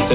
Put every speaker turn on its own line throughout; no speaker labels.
C'est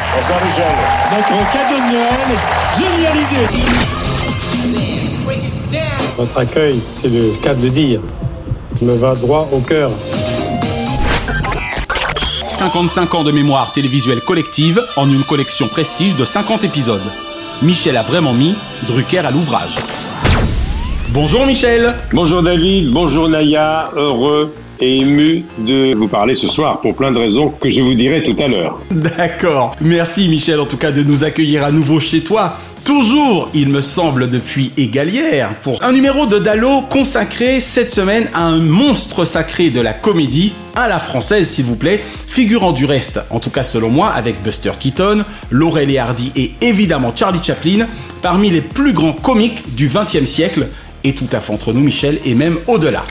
Bonsoir Michel. Notre cadeau de Noël, génial idée.
Votre accueil, c'est le cas de le dire, me va droit au cœur.
55 ans de mémoire télévisuelle collective en une collection prestige de 50 épisodes. Michel a vraiment mis Drucker à l'ouvrage. Bonjour Michel
Bonjour David, bonjour Naya, heureux et ému de vous parler ce soir pour plein de raisons que je vous dirai tout à l'heure.
D'accord. Merci Michel en tout cas de nous accueillir à nouveau chez toi. Toujours, il me semble, depuis Égalière, pour un numéro de Dallo consacré cette semaine à un monstre sacré de la comédie, à la française s'il vous plaît, figurant du reste, en tout cas selon moi, avec Buster Keaton, Laurel et Hardy et évidemment Charlie Chaplin, parmi les plus grands comiques du XXe siècle, et tout à fait entre nous Michel, et même au-delà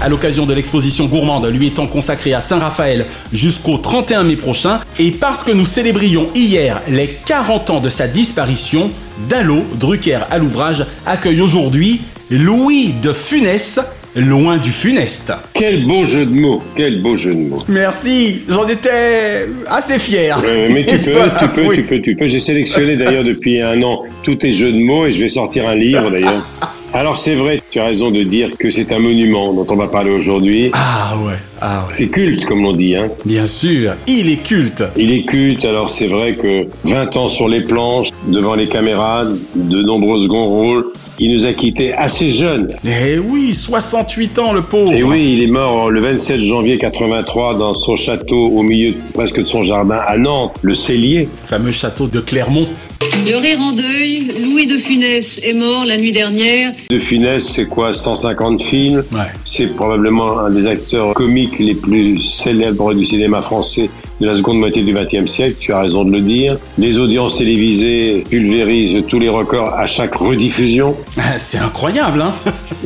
à l'occasion de l'exposition gourmande lui étant consacrée à Saint-Raphaël jusqu'au 31 mai prochain, et parce que nous célébrions hier les 40 ans de sa disparition, Dallot, Drucker à l'ouvrage, accueille aujourd'hui Louis de Funès, loin du funeste.
Quel beau jeu de mots, quel beau jeu de mots.
Merci, j'en étais assez fier.
Euh, mais tu peux, tu peux, tu peux, tu peux. J'ai sélectionné d'ailleurs depuis un an tous tes jeux de mots et je vais sortir un livre d'ailleurs. Alors c'est vrai, tu as raison de dire que c'est un monument dont on va parler aujourd'hui.
Ah ouais, ah ouais.
C'est culte comme l'on dit. Hein.
Bien sûr, il est culte.
Il est culte, alors c'est vrai que 20 ans sur les planches, devant les caméras, de nombreux seconds rôles, il nous a quittés assez jeunes.
Eh oui, 68 ans le pauvre.
Et Eh oui, il est mort le 27 janvier 83 dans son château au milieu presque de son jardin à Nantes, le Cellier.
Fameux château de Clermont.
De rire en deuil, Louis de Funès est mort la nuit dernière.
De Funès, c'est quoi 150 films
Ouais.
C'est probablement un des acteurs comiques les plus célèbres du cinéma français de la seconde moitié du XXe siècle, tu as raison de le dire. Les audiences télévisées pulvérisent tous les records à chaque rediffusion.
C'est incroyable, hein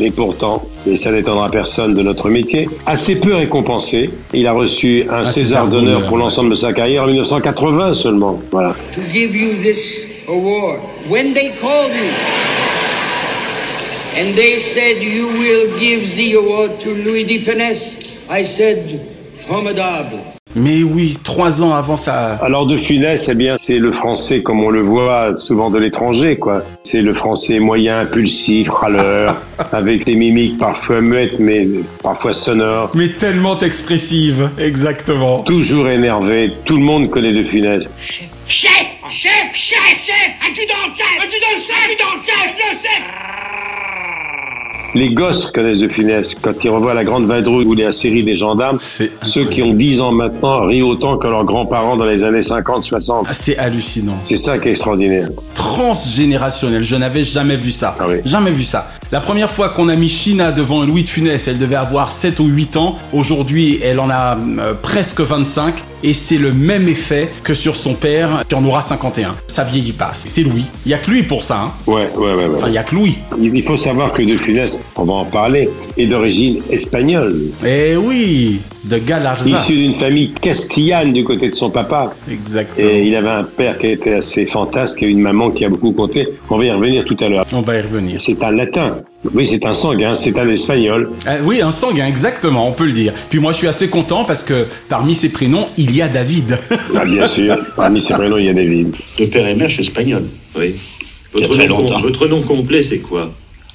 Et pourtant, et ça n'étendra personne de notre métier, assez peu récompensé, il a reçu un, César, d'honneur pour l'ensemble de sa carrière en 1980 seulement. Voilà.
to give you this award. When they called me and they said, You will give the award to Louis de Funès, I said, Formidable.
Mais oui, trois ans avant ça.
Alors de Funès, eh bien, c'est le français comme on le voit souvent de l'étranger, quoi. C'est le français moyen, impulsif, râleur, avec des mimiques parfois muettes, mais parfois sonores.
Mais tellement expressive, exactement.
Toujours énervé, tout le monde connaît de Funès.
Chef, chef, chef, chef, as-tu dans le chef, as-tu dans le chef, as-tu dans le chef, le chef
Les gosses connaissent de Funès. Quand ils revoient la grande vadrouille ou la série des gendarmes, ceux qui ont 10 ans maintenant rient autant que leurs grands-parents dans les années 50, 60.
C'est hallucinant.
C'est ça qui est extraordinaire.
Transgénérationnel, je n'avais jamais vu ça.
Ah oui.
Jamais vu ça. La première fois qu'on a mis China devant Louis de Funès, elle devait avoir 7 ou 8 ans. Aujourd'hui, elle en a euh, presque 25. Et c'est le même effet que sur son père, qui en aura 51. Ça vieillit pas. C'est Louis. Il y a que lui pour ça. hein.
Ouais, ouais, ouais. ouais.
Enfin, il y a que Louis.
Il il faut savoir que de Funès, on va en parler, est d'origine espagnole.
Eh oui, de Galarza.
Issu d'une famille castillane du côté de son papa.
Exactement.
Et il avait un père qui était assez fantasque et une maman qui a beaucoup compté. On va y revenir tout à l'heure.
On va y revenir.
C'est un latin. Oui, c'est un sanguin,
hein.
c'est un espagnol.
Ah oui, un sanguin, exactement, on peut le dire. Puis moi, je suis assez content parce que parmi ses prénoms, il y a David.
Ah, bien sûr, parmi ses prénoms, il y a David.
De père et mère, je suis espagnol.
Oui.
Il y a
Votre,
très
nom, com-
longtemps.
votre nom complet, c'est quoi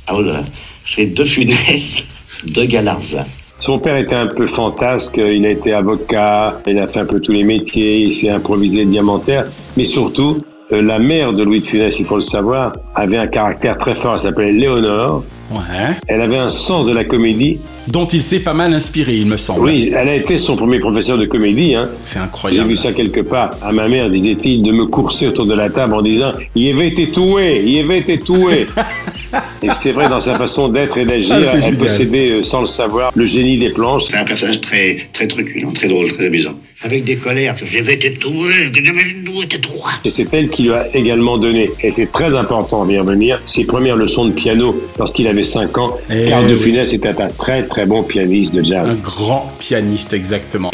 Ah voilà. C'est De Funès, De Galarza. Son père était un peu fantasque, il a été avocat, il a fait un peu tous les métiers, il s'est improvisé diamantaire, mais surtout, euh, la mère de Louis de Funès, il faut le savoir, avait un caractère très fort, elle s'appelait Léonore.
Ouais.
Elle avait un sens de la comédie.
Dont il s'est pas mal inspiré, il me semble.
Oui, elle a été son premier professeur de comédie. Hein.
C'est
J'ai
incroyable.
vu ça quelque part. À ma mère, disait-il, de me courser autour de la table en disant « Il avait été toué, il avait été toué ». Et c'est vrai, dans sa façon d'être et d'agir,
Ah, c'est
elle
génial.
possédait, euh, sans le savoir, le génie des planches.
C'est un personnage très, très truculent, très drôle, très amusant. Avec des colères. J'avais été doué, j'avais doué, t'es droit.
Et c'est elle qui lui a également donné, et c'est très important, on va y revenir, ses premières leçons de piano lorsqu'il avait 5 ans.
Eh
Car de
oui.
Funès était un très très bon pianiste de
Un
jazz.
grand pianiste, exactement.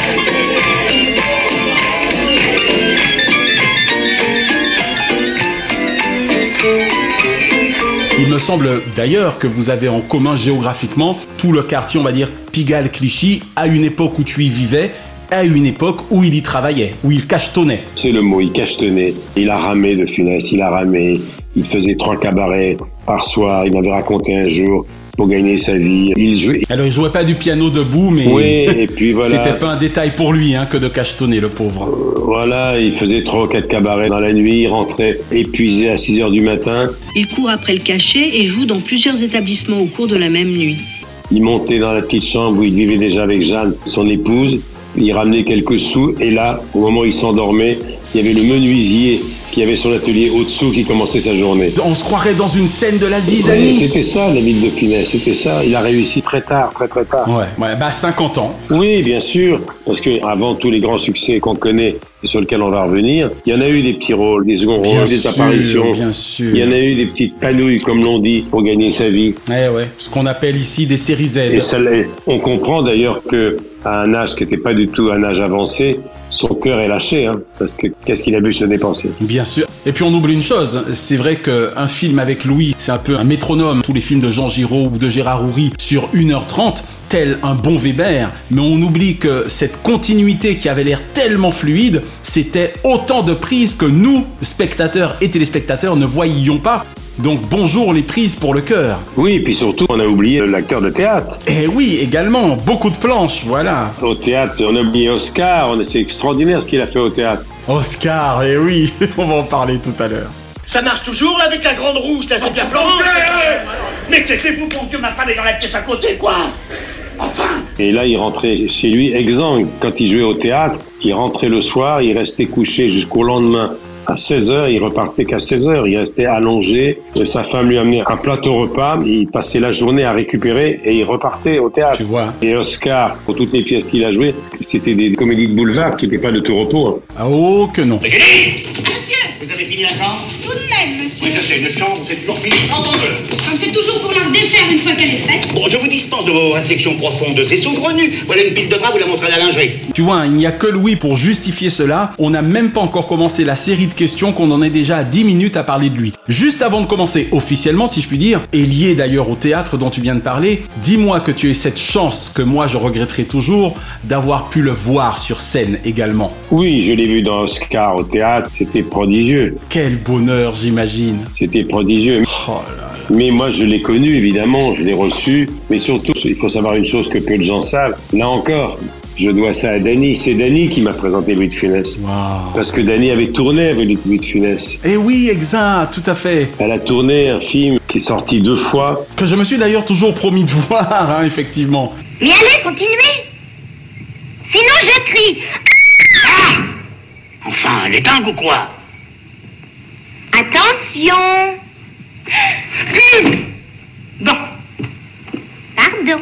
Il me semble d'ailleurs que vous avez en commun géographiquement tout le quartier, on va dire, Pigalle-Clichy, à une époque où tu y vivais, à une époque où il y travaillait, où il cachetonnait.
C'est le mot, il cachetenait, il a ramé de Funès, il a ramé, il faisait trois cabarets par soir, il m'avait raconté un jour pour gagner sa vie. Il jouait.
Alors il jouait pas du piano debout, mais
Oui, et puis voilà.
c'était pas un détail pour lui hein, que de cachetonner le pauvre.
Voilà, il faisait trois ou quatre cabarets dans la nuit, il rentrait épuisé à 6 heures du matin,
Il court après le cachet et joue dans plusieurs établissements au cours de la même nuit.
il montait dans la petite chambre où il vivait déjà avec Jeanne, son épouse, il ramenait quelques sous, et là, au moment où il s'endormait, il y avait le menuisier qui avait son atelier au-dessous qui commençait sa journée.
On se croirait dans une scène de la
Et
zizanie.
C'était ça, la ville de Funès, c'était ça. Il a réussi très tard, très très tard.
Ouais, ouais, bah 50 ans.
Oui, bien sûr, parce que avant tous les grands succès qu'on connaît et sur lesquels on va revenir, il y en a eu des petits rôles, des seconds
Bien
rôles, des
sûr,
apparitions.
bien sûr.
Il y en a eu des petites panouilles, comme l'on dit, pour gagner sa vie.
Eh ouais, ce qu'on appelle ici des séries Z.
Et ça l'est. on comprend d'ailleurs que à un âge qui n'était pas du tout un âge avancé, son cœur est lâché, hein, parce que qu'est-ce qu'il a bu se dépenser
Bien sûr. Et puis on oublie une chose, c'est vrai qu'un film avec Louis, c'est un peu un métronome. Tous les films de Jean Giraud ou de Gérard Houry sur 1h30, tel un bon Weber. Mais on oublie que cette continuité qui avait l'air tellement fluide, c'était autant de prises que nous, spectateurs et téléspectateurs, ne voyions pas. Donc bonjour les prises pour le cœur.
Oui, et puis surtout, on a oublié l'acteur de théâtre.
Et oui, également, beaucoup de planches, voilà.
Au théâtre, on a oublié Oscar, on- c'est extraordinaire ce qu'il a fait au théâtre.
Oscar, et oui, on va en parler tout à l'heure.
Ça marche toujours là, avec la grande roue, là, c'est bien Florence Mais taisez-vous, bon Dieu, ma femme est dans la pièce à côté, quoi
Et là, il rentrait chez lui exsangue. Quand il jouait au théâtre, il rentrait le soir, il restait couché jusqu'au lendemain. À 16h, il repartait qu'à 16h, il restait allongé. Et Sa femme lui amenait un plateau repas, il passait la journée à récupérer et il repartait au théâtre.
Tu vois.
Et Oscar, pour toutes les pièces qu'il a jouées, c'était des comédies de boulevard qui n'étaient pas de tout repos. hein.
Ah, Oh que non.
Vous avez fini la chambre
Tout de même, monsieur.
Oui, ça c'est une chambre, c'est toujours fini. Entendez
Ça me fait toujours pour la défaire une fois qu'elle est faite.
Bon, je vous dispense de vos réflexions profondes et saugrenues. Voilà une pile de bras, vous la montrez à la lingerie.
Tu vois, hein, il n'y a que Louis pour justifier cela. On n'a même pas encore commencé la série de questions qu'on en est déjà à 10 minutes à parler de lui. Juste avant de commencer officiellement, si je puis dire, et lié d'ailleurs au théâtre dont tu viens de parler, dis-moi que tu as cette chance que moi je regretterai toujours d'avoir pu le voir sur scène également.
Oui, je l'ai vu dans Oscar au théâtre, c'était prodigieux.
Quel bonheur, j'imagine.
C'était prodigieux. Mais moi, je l'ai connu, évidemment, je l'ai reçu. Mais surtout, il faut savoir une chose que peu de gens savent. Là encore, je dois ça à Dany. C'est Dany qui m'a présenté Louis de Funès. Parce que Dany avait tourné avec Louis de Funès.
Eh oui, exact, tout à fait.
Elle a tourné un film qui est sorti deux fois.
Que je me suis d'ailleurs toujours promis de voir, hein, effectivement.
Mais allez, continuez Sinon, je crie
Enfin, elle est dingue ou quoi
Attention
Bon.
Pardon.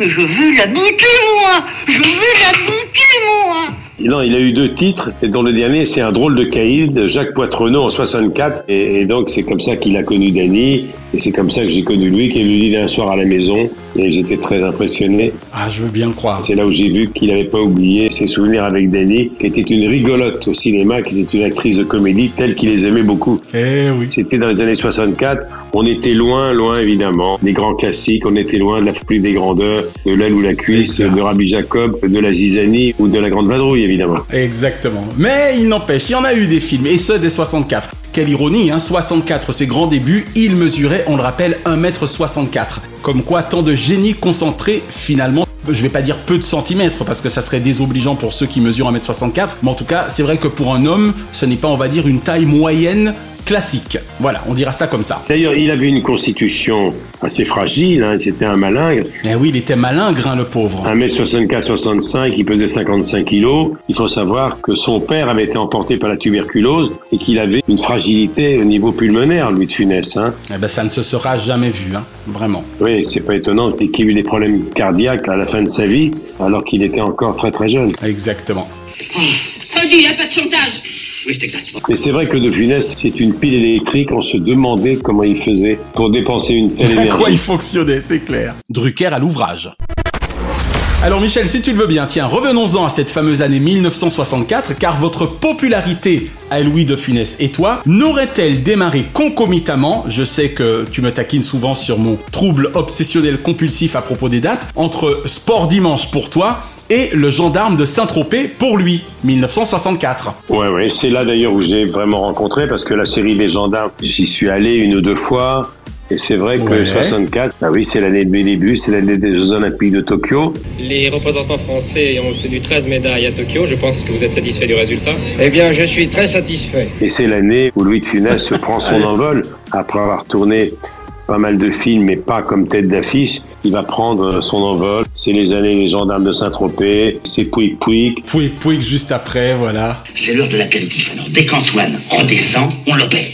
Mais je veux la beauté, moi Je veux la beauté, moi
Et Non, il a eu deux titres, et dont le dernier, c'est Un drôle de caïd de Jacques Poitrenaud en 64. Et, et donc, c'est comme ça qu'il a connu Dany, et c'est comme ça que j'ai connu lui, qui est venu dîner un soir à la maison, et j'étais très impressionné.
Ah, je veux bien le croire.
C'est là où j'ai vu qu'il n'avait pas oublié ses souvenirs avec Dany, qui était une rigolote au cinéma, qui était une actrice de comédie telle qu'il les aimait beaucoup.
Eh oui.
C'était dans les années 64. On était loin, loin évidemment des grands classiques. On était loin de la plus des grandeurs, de l'aile ou la cuisse, de Rabbi Jacob, de la zizanie ou de la grande vadrouille évidemment.
Exactement. Mais il n'empêche, il y en a eu des films, et ce dès 64. Quelle ironie, hein, 64, ses grands débuts, il mesurait, on le rappelle, 1m64. Comme quoi, tant de génies concentrés, finalement, je vais pas dire peu de centimètres parce que ça serait désobligeant pour ceux qui mesurent 1m64, mais en tout cas, c'est vrai que pour un homme, ce n'est pas, on va dire, une taille moyenne classique. Voilà, on dira ça comme ça.
D'ailleurs, il avait une constitution assez fragile, hein, c'était un malingre.
Eh oui, il était malingre, hein, le pauvre.
1m64-65, il pesait 55 kilos. Il faut savoir que son père avait été emporté par la tuberculose et qu'il avait une fragilité au niveau pulmonaire, lui de Funès. Hein.
Eh ben, ça ne se sera jamais vu, hein, vraiment.
Oui, c'est pas étonnant qu'il ait eu des problèmes cardiaques à la fin de sa vie, alors qu'il était encore très très jeune.
Exactement.
Redis, il a pas de chantage. Oui, c'est exact.
Et c'est vrai que De Funès, c'est une pile électrique. On se demandait comment il faisait pour dépenser une telle
À
énergie.
quoi il fonctionnait, c'est clair. Drucker à l'ouvrage. Alors Michel, si tu le veux bien, tiens, revenons-en à cette fameuse année 1964, car votre popularité à Louis de Funès et toi n'aurait-elle démarré concomitamment, je sais que tu me taquines souvent sur mon trouble obsessionnel compulsif à propos des dates, entre Sport Dimanche pour toi et Le Gendarme de Saint-Tropez pour lui, 1964.
Ouais, ouais. C'est là d'ailleurs où je l'ai vraiment rencontré parce que la série des gendarmes, j'y suis allé une ou deux fois. Et c'est vrai que
Ouais.
64, bah oui, c'est l'année de mes débuts, c'est l'année des Jeux Olympiques de Tokyo.
Les représentants français ont obtenu 13 médailles à Tokyo. Je pense que vous êtes satisfait du résultat.
Eh bien, je suis très satisfait.
Et c'est l'année où Louis de Funès se prend son envol. Après avoir tourné pas mal de films, mais pas comme tête d'affiche, il va prendre son envol. C'est les années Les Gendarmes de Saint-Tropez, c'est Pouic Pouic.
Pouic Pouic juste après, voilà.
C'est l'heure de l'apéritif. Alors, dès qu'Antoine redescend, on l'opère.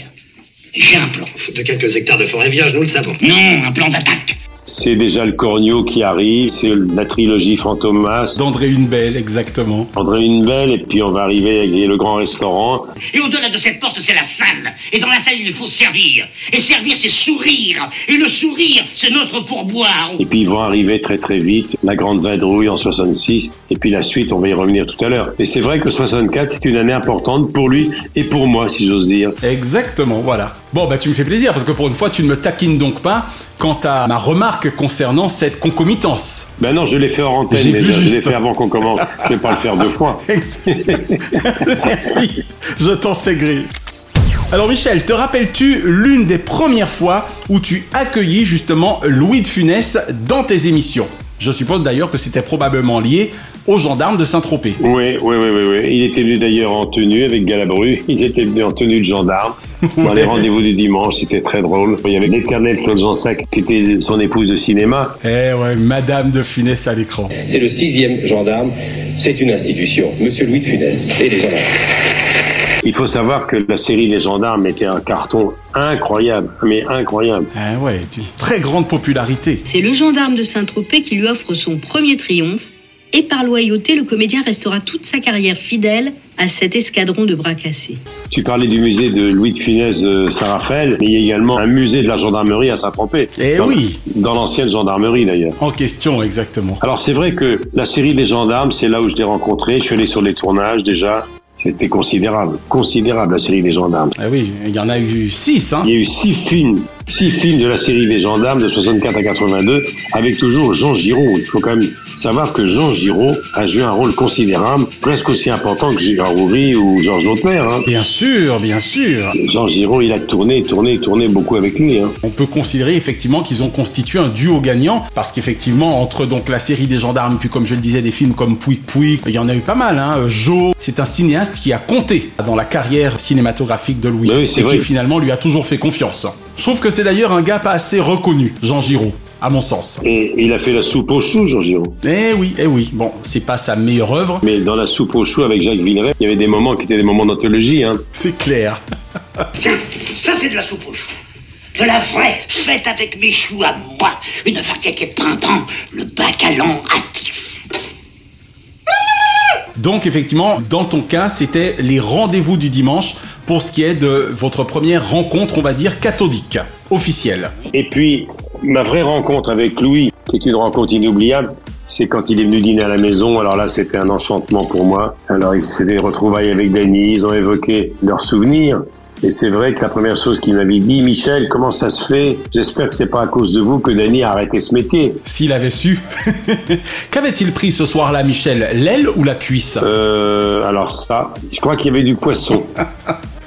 J'ai un plan.
De quelques hectares de forêt vierge, nous le savons.
Non, un plan d'attaque.
C'est déjà le Cornio qui arrive, c'est la trilogie Fantomas.
D'André Hunebelle, exactement.
André Hunebelle, et puis on va arriver avec le grand restaurant.
Et au-delà de cette porte, c'est la salle. Et dans la salle, il faut servir. Et servir, c'est sourire. Et le sourire, c'est notre pourboire.
Et puis ils vont arriver très très vite, la grande vadrouille en 66, et puis la suite, on va y revenir tout à l'heure. Et c'est vrai que 64, c'est une année importante pour lui et pour moi, si j'ose dire.
Exactement, voilà. Bon, bah tu me fais plaisir, parce que pour une fois, tu ne me taquines donc pas quant à ma remarque concernant cette concomitance.
Ben non, je l'ai fait hors antenne,
J'ai
mais
vu
je l'ai
juste.
fait avant qu'on commence. Je vais pas le faire deux fois.
Merci, je t'en sais gré. Alors Michel, te rappelles-tu l'une des premières fois où tu accueillis justement Louis de Funès dans tes émissions Je suppose d'ailleurs que c'était probablement lié aux gendarmes de Saint-Tropez.
Oui, oui, oui, oui, oui. Il était venu d'ailleurs en tenue avec Galabru. Il était venu en tenue de gendarme. Dans les
Ouais.
rendez-vous du dimanche, c'était très drôle. Il y avait l'éternelle Claude Jansac, qui était son épouse de cinéma.
Eh ouais, Madame de Funès à l'écran.
C'est le sixième gendarme. C'est une institution. Monsieur Louis de Funès et les gendarmes.
Il faut savoir que la série Les Gendarmes était un carton incroyable, mais incroyable.
Ah ouais, tu... Très grande popularité.
C'est le gendarme de Saint-Tropez qui lui offre son premier triomphe, et par loyauté, le comédien restera toute sa carrière fidèle à cet escadron de bras cassés.
Tu parlais du musée de Louis de Funès euh, Saint-Raphaël, mais il y a également un musée de la gendarmerie à Saint-Tropez.
Eh
Dans-
oui.
Dans l'ancienne gendarmerie d'ailleurs.
En question, exactement.
Alors c'est vrai que la série des gendarmes, c'est là où je l'ai rencontré. Je suis allé sur les tournages déjà. C'était considérable, considérable la série des gendarmes.
Ah oui, il y en a eu six, hein
Il y a eu six films, six films de la série des gendarmes de 64 à 82, avec toujours Jean Giraud. Il faut quand même savoir que Jean Giraud a joué un rôle considérable, presque aussi important que Gérard Rouvry ou Georges Lautner. hein.
Bien sûr, bien sûr.
Jean Giraud, il a tourné, tourné, tourné beaucoup avec lui. hein.
On peut considérer effectivement qu'ils ont constitué un duo gagnant parce qu'effectivement entre donc la série des gendarmes puis comme je le disais des films comme Pouic Pouic, il y en a eu pas mal. Hein. Euh, Joe, c'est un cinéaste qui a compté dans la carrière cinématographique de Louis
Bah oui,
et
c'est
qui
vrai.
finalement lui a toujours fait confiance. Je trouve que c'est d'ailleurs un gars pas assez reconnu, Jean Giraud, à mon sens.
Et il a fait la soupe aux choux, Jean Giraud.
Eh oui, eh oui. Bon, c'est pas sa meilleure œuvre,
Mais dans la soupe aux choux avec Jacques Villeray, il y avait des moments qui étaient des moments d'anthologie. Hein.
c'est clair.
Tiens, ça, c'est de la soupe aux choux. De la vraie, faite avec mes choux à moi. Une variété de printemps, le bacalan actif.
Donc effectivement, dans ton cas, c'était les rendez-vous du dimanche pour ce qui est de votre première rencontre, on va dire cathodique, officielle.
Et puis, ma vraie rencontre avec Louis, qui est une rencontre inoubliable, c'est quand il est venu dîner à la maison. Alors là, c'était un enchantement pour moi. Alors, ils s'étaient retrouvailles avec Danny, ils ont évoqué leurs souvenirs. Et c'est vrai que la première chose qu'il m'avait dit, Michel, comment ça se fait J'espère que c'est pas à cause de vous que Danny a arrêté ce métier.
S'il avait su. Qu'avait-il pris ce soir-là, Michel L'aile ou la cuisse
Euh, alors ça, je crois qu'il y avait du poisson.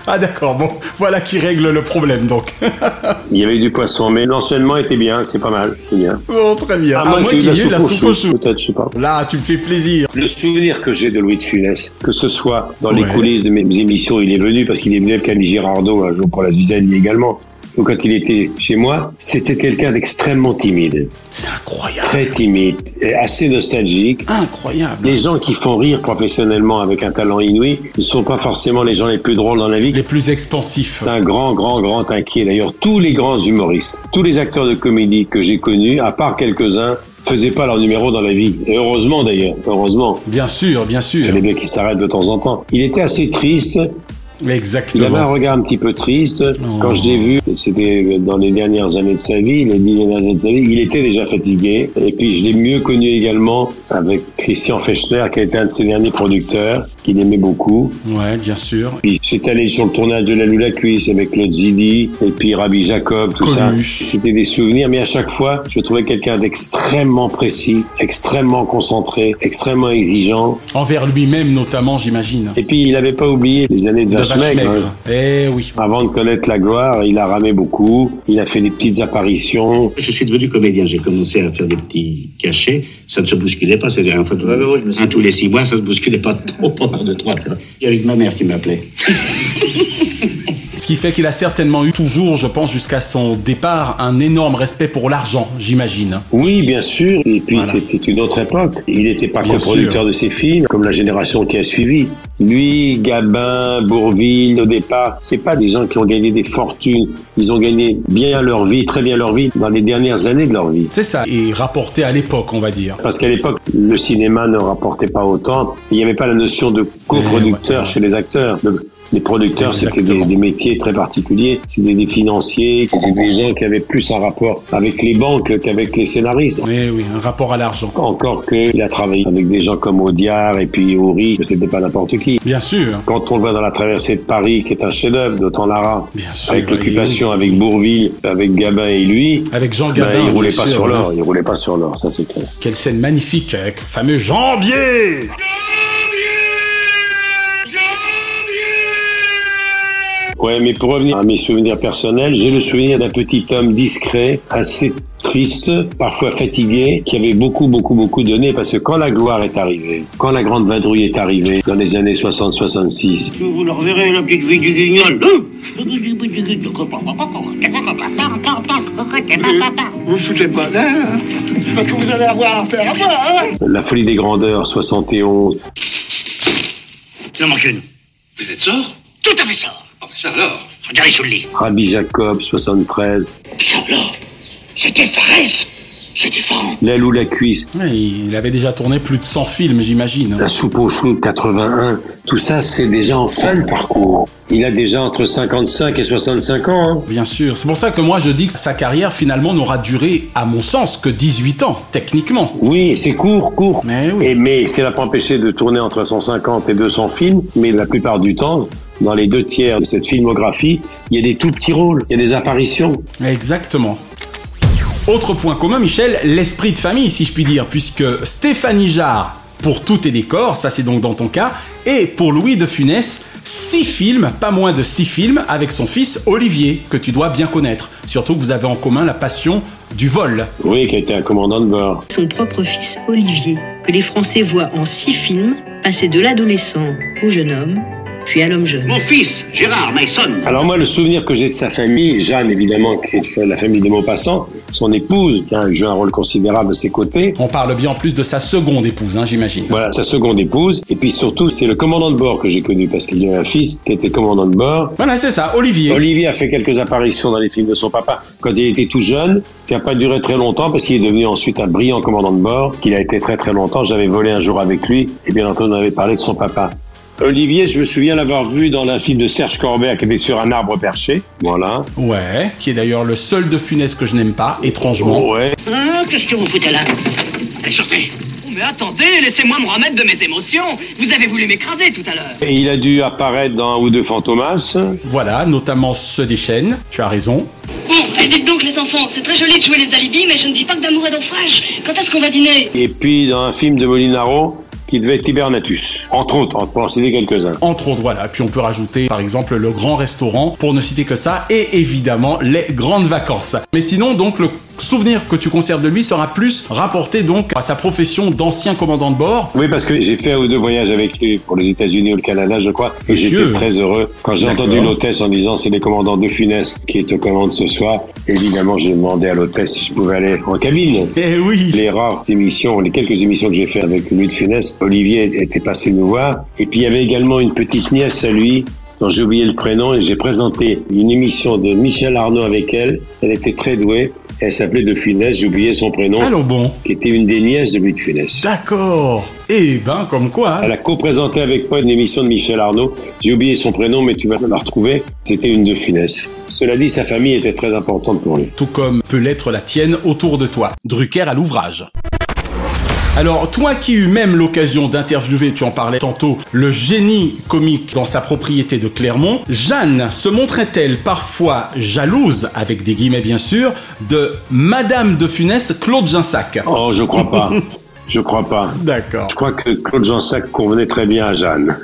Ah d'accord, bon, voilà qui règle le problème donc.
Il y avait du poisson, mais l'enchaînement était bien, c'est pas mal, c'est bien.
Bon, très bien. À, moins
qu'il
qu'il y ait eu la
au
soupe au chou.
Peut-être, je sais pas.
Là, tu me fais plaisir.
Le souvenir que j'ai de Louis de Funès, que ce soit dans
Ouais.
les coulisses de mes émissions, il est venu parce qu'il est venu avec Camille Girardot un jour pour la Zizanie également. Ou quand il était chez moi, c'était quelqu'un d'extrêmement timide.
C'est incroyable.
Très timide, et assez nostalgique.
Incroyable.
Les gens qui font rire professionnellement avec un talent inouï ne sont pas forcément les gens les plus drôles dans la vie.
Les plus expansifs.
C'est un grand, grand, grand inquiet. D'ailleurs, tous les grands humoristes, tous les acteurs de comédie que j'ai connus, à part quelques-uns, faisaient pas leur numéro dans la vie. Et heureusement d'ailleurs, heureusement.
Bien sûr, bien sûr.
Il y en a bien qui s'arrêtent de temps en temps. Il était assez triste. Il avait un
Exactement.
regard un petit peu triste. Quand je l'ai vu, c'était dans les dernières années de sa vie, les dix dernières années de sa vie, il était déjà fatigué. Et puis je l'ai mieux connu également avec Christian Fechner, qui a été un de ses derniers producteurs, qu'il aimait beaucoup.
Ouais, bien sûr.
Puis j'étais allé sur le tournage de La Lula Cuisse avec le Zidi et puis Rabbi Jacob, tout ça. C'était des souvenirs, mais à chaque fois, je trouvais quelqu'un d'extrêmement précis, extrêmement concentré, extrêmement exigeant.
Envers lui-même notamment, j'imagine.
Et puis il n'avait pas oublié les années de
De vache
Vachemègre.
maigre. Eh oui.
Avant de connaître la gloire, il a ramé beaucoup, il a fait des petites apparitions.
Je suis devenu comédien, j'ai commencé à faire des petits cachets, ça ne se bousculait pas, c'est-à-dire un, fois tous- un tous les six mois, ça ne se bousculait pas trop pendant deux, trois ans. Il y avait que ma mère qui m'appelait.
Ce qui fait qu'il a certainement eu toujours, je pense, jusqu'à son départ, un énorme respect pour l'argent, j'imagine.
Oui, bien sûr. Et puis
Voilà.
c'était une autre époque. Il n'était pas
Bien
que producteur
sûr.
de ses films, comme la génération qui a suivi. Lui, Gabin, Bourville, au départ, c'est pas des gens qui ont gagné des fortunes. Ils ont gagné bien leur vie, très bien leur vie, dans les dernières années de leur vie.
C'est ça. Et rapporté à l'époque, on va dire.
Parce qu'à l'époque, le cinéma ne rapportait pas autant. Il n'y avait pas la notion de
Eh
coproducteur chez les acteurs. Le- les producteurs, c'était des, des métiers très particuliers. C'était des financiers, c'était des gens qui avaient plus un rapport avec les banques qu'avec les scénaristes.
Eh oui, un rapport à l'argent.
Encore qu'il a travaillé avec des gens comme Audiard et puis Horry, c'était pas n'importe qui.
Bien sûr.
Quand on le voit dans la traversée de Paris, qui est un chef-d'œuvre d'autant Lara,
sûr,
avec
oui,
l'occupation, avec Bourville, avec Gabin et lui,
Avec Jean
ben,
Gabin,
il roulait
bien sûr,
pas
hein.
sur l'or,
oui.
il roulait pas sur l'or, ça c'est clair.
Quelle scène magnifique avec le fameux Jambier
Ouais, mais pour revenir à mes souvenirs personnels, j'ai le souvenir d'un petit homme discret, assez triste, parfois fatigué, qui avait beaucoup, beaucoup, beaucoup donné, parce que quand la gloire est arrivée, quand la grande vadrouille est arrivée, dans les années 60-66,
Vous leur verrez la petite vie du guignol. hein? Vous foutez pas d'air, parce que vous allez avoir affaire à moi, hein
la folie des grandeurs 71,
Il en manque une. Vous êtes sort Tout à fait sort. Ah, ben ça alors Regardez sous le lit.
Rabbi Jacob 73,
Ça alors C'était Fares C'était Faran.
L'aile ou la cuisse,
Ouais, Il avait déjà tourné plus de 100 films, j'imagine.
la soupe au chou 81, tout ça c'est déjà en fin de parcours. Il a déjà entre 55 et 65 ans. hein.
Bien sûr. C'est pour ça que moi je dis que sa carrière finalement n'aura duré, à mon sens, que 18 ans, techniquement.
Oui, c'est court, court.
Mais oui.
Et mais cela n'a pas empêché de tourner entre 150 et 200 films, mais la plupart du temps, dans les deux tiers de cette filmographie, il y a des tout petits rôles, il y a des apparitions.
Exactement. Autre point commun, Michel, l'esprit de famille, si je puis dire, puisque Stéphanie Jarre, pour tout et décor, ça c'est donc dans ton cas, et pour Louis de Funès, six films, pas moins de six films, avec son fils Olivier, que tu dois bien connaître. Surtout que vous avez en commun la passion du vol.
Oui, qui a été un commandant de bord.
Son propre fils Olivier, que les Français voient en six films, passer de l'adolescent au jeune homme, puis à l'homme jeune.
Mon fils, Gérard Mason.
Alors moi, le souvenir que j'ai de sa famille, Jeanne évidemment, qui est de la famille des Maupassant, son épouse, qui a joué un rôle considérable à ses côtés,
On parle bien en plus de sa seconde épouse, hein, j'imagine.
Voilà, sa seconde épouse. Et puis surtout, c'est le commandant de bord que j'ai connu parce qu'il y avait un fils qui était commandant de bord.
Voilà, c'est ça, Olivier.
Olivier a fait quelques apparitions dans les films de son papa quand il était tout jeune, qui n'a pas duré très longtemps parce qu'il est devenu ensuite un brillant commandant de bord, qu'il a été très très longtemps. J'avais volé un jour avec lui et bien entendu on avait parlé de son papa. Olivier, je me souviens l'avoir vu dans un film de Serge Corbert qui était sur un arbre perché. Voilà.
Ouais, qui est d'ailleurs le seul de Funès que je n'aime pas, étrangement.
Ouais.
Ah,
Hein, qu'est-ce que vous foutez là Allez, sortez Oh, Mais attendez, laissez-moi me remettre de mes émotions Vous avez voulu m'écraser tout à l'heure
Et il a dû apparaître dans un ou deux fantomas.
Voilà, notamment Se déchaîne, tu as raison.
Bon, et dites donc les enfants, c'est très joli de jouer les alibis, mais je ne vis pas que d'amour et d'ouvrage. Quand est-ce qu'on va dîner
Et puis dans un film de Molinaro, qui devait être Hibernatus. Entre autres, on peut en citer quelques-uns.
Entre autres, voilà. Puis on peut rajouter, par exemple, le grand restaurant, pour ne citer que ça, et évidemment, les grandes vacances. Mais sinon, donc, le souvenir que tu conserves de lui sera plus rapporté, donc, à sa profession d'ancien commandant de bord.
Oui, parce que j'ai fait un ou deux voyages avec lui pour les États-Unis ou le Canada, je crois. Et
Monsieur.
j'étais très heureux quand j'ai
D'accord.
entendu l'hôtesse en disant c'est les commandants de Funès qui est aux commandes ce soir. Évidemment, j'ai demandé à l'hôtesse si je pouvais aller en cabine.
Eh oui.
Les rares émissions, les quelques émissions que j'ai fait avec lui de Funès, Olivier était passé nous voir. Et puis il y avait également une petite nièce à lui dont j'ai oublié le prénom et j'ai présenté une émission de Michel Arnaud avec elle. Elle était très douée. Elle s'appelait De Funès, j'ai oublié son prénom.
Allons bon.
Qui était une des nièces de Louis de Funès.
D'accord. Eh ben, comme quoi.
Elle a co-présenté avec moi une émission de Michel Arnaud. J'ai oublié son prénom, mais tu vas la retrouver. C'était une de finesse. Cela dit, sa famille était très importante pour lui.
tout comme peut l'être la tienne autour de toi. Drucker à l'ouvrage. Alors, toi qui eus même l'occasion d'interviewer, tu en parlais tantôt, le génie comique dans sa propriété de Clermont, Jeanne se montrait-elle parfois jalouse, avec des guillemets bien sûr, de Madame de Funès Claude Ginsac
Oh, je crois pas. Je crois pas.
D'accord.
Je crois que Claude Jansac convenait très bien à Jeanne.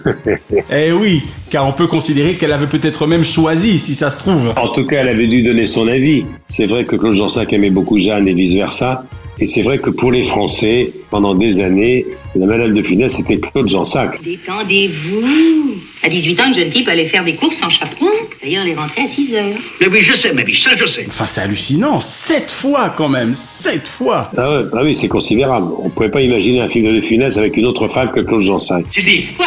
Eh oui, car on peut considérer qu'elle avait peut-être même choisi, si ça se trouve.
en tout cas, elle avait dû donner son avis. C'est vrai que Claude Jansac aimait beaucoup Jeanne et vice-versa. Et c'est vrai que pour les Français, pendant des années, la madame de finesse était Claude Jansac.
Détendez-vous. À 18 ans, une jeune fille peut aller faire des courses sans chaperon. D'ailleurs, elle est rentrée à 6 heures.
Mais oui, je sais, ma biche, ça je sais.
Enfin, c'est hallucinant, sept fois quand même, sept fois
Ah, ouais, ah oui, c'est considérable. On ne pouvait pas imaginer un film de De Funès avec une autre femme que Claude Jansac.
Sylvie Quoi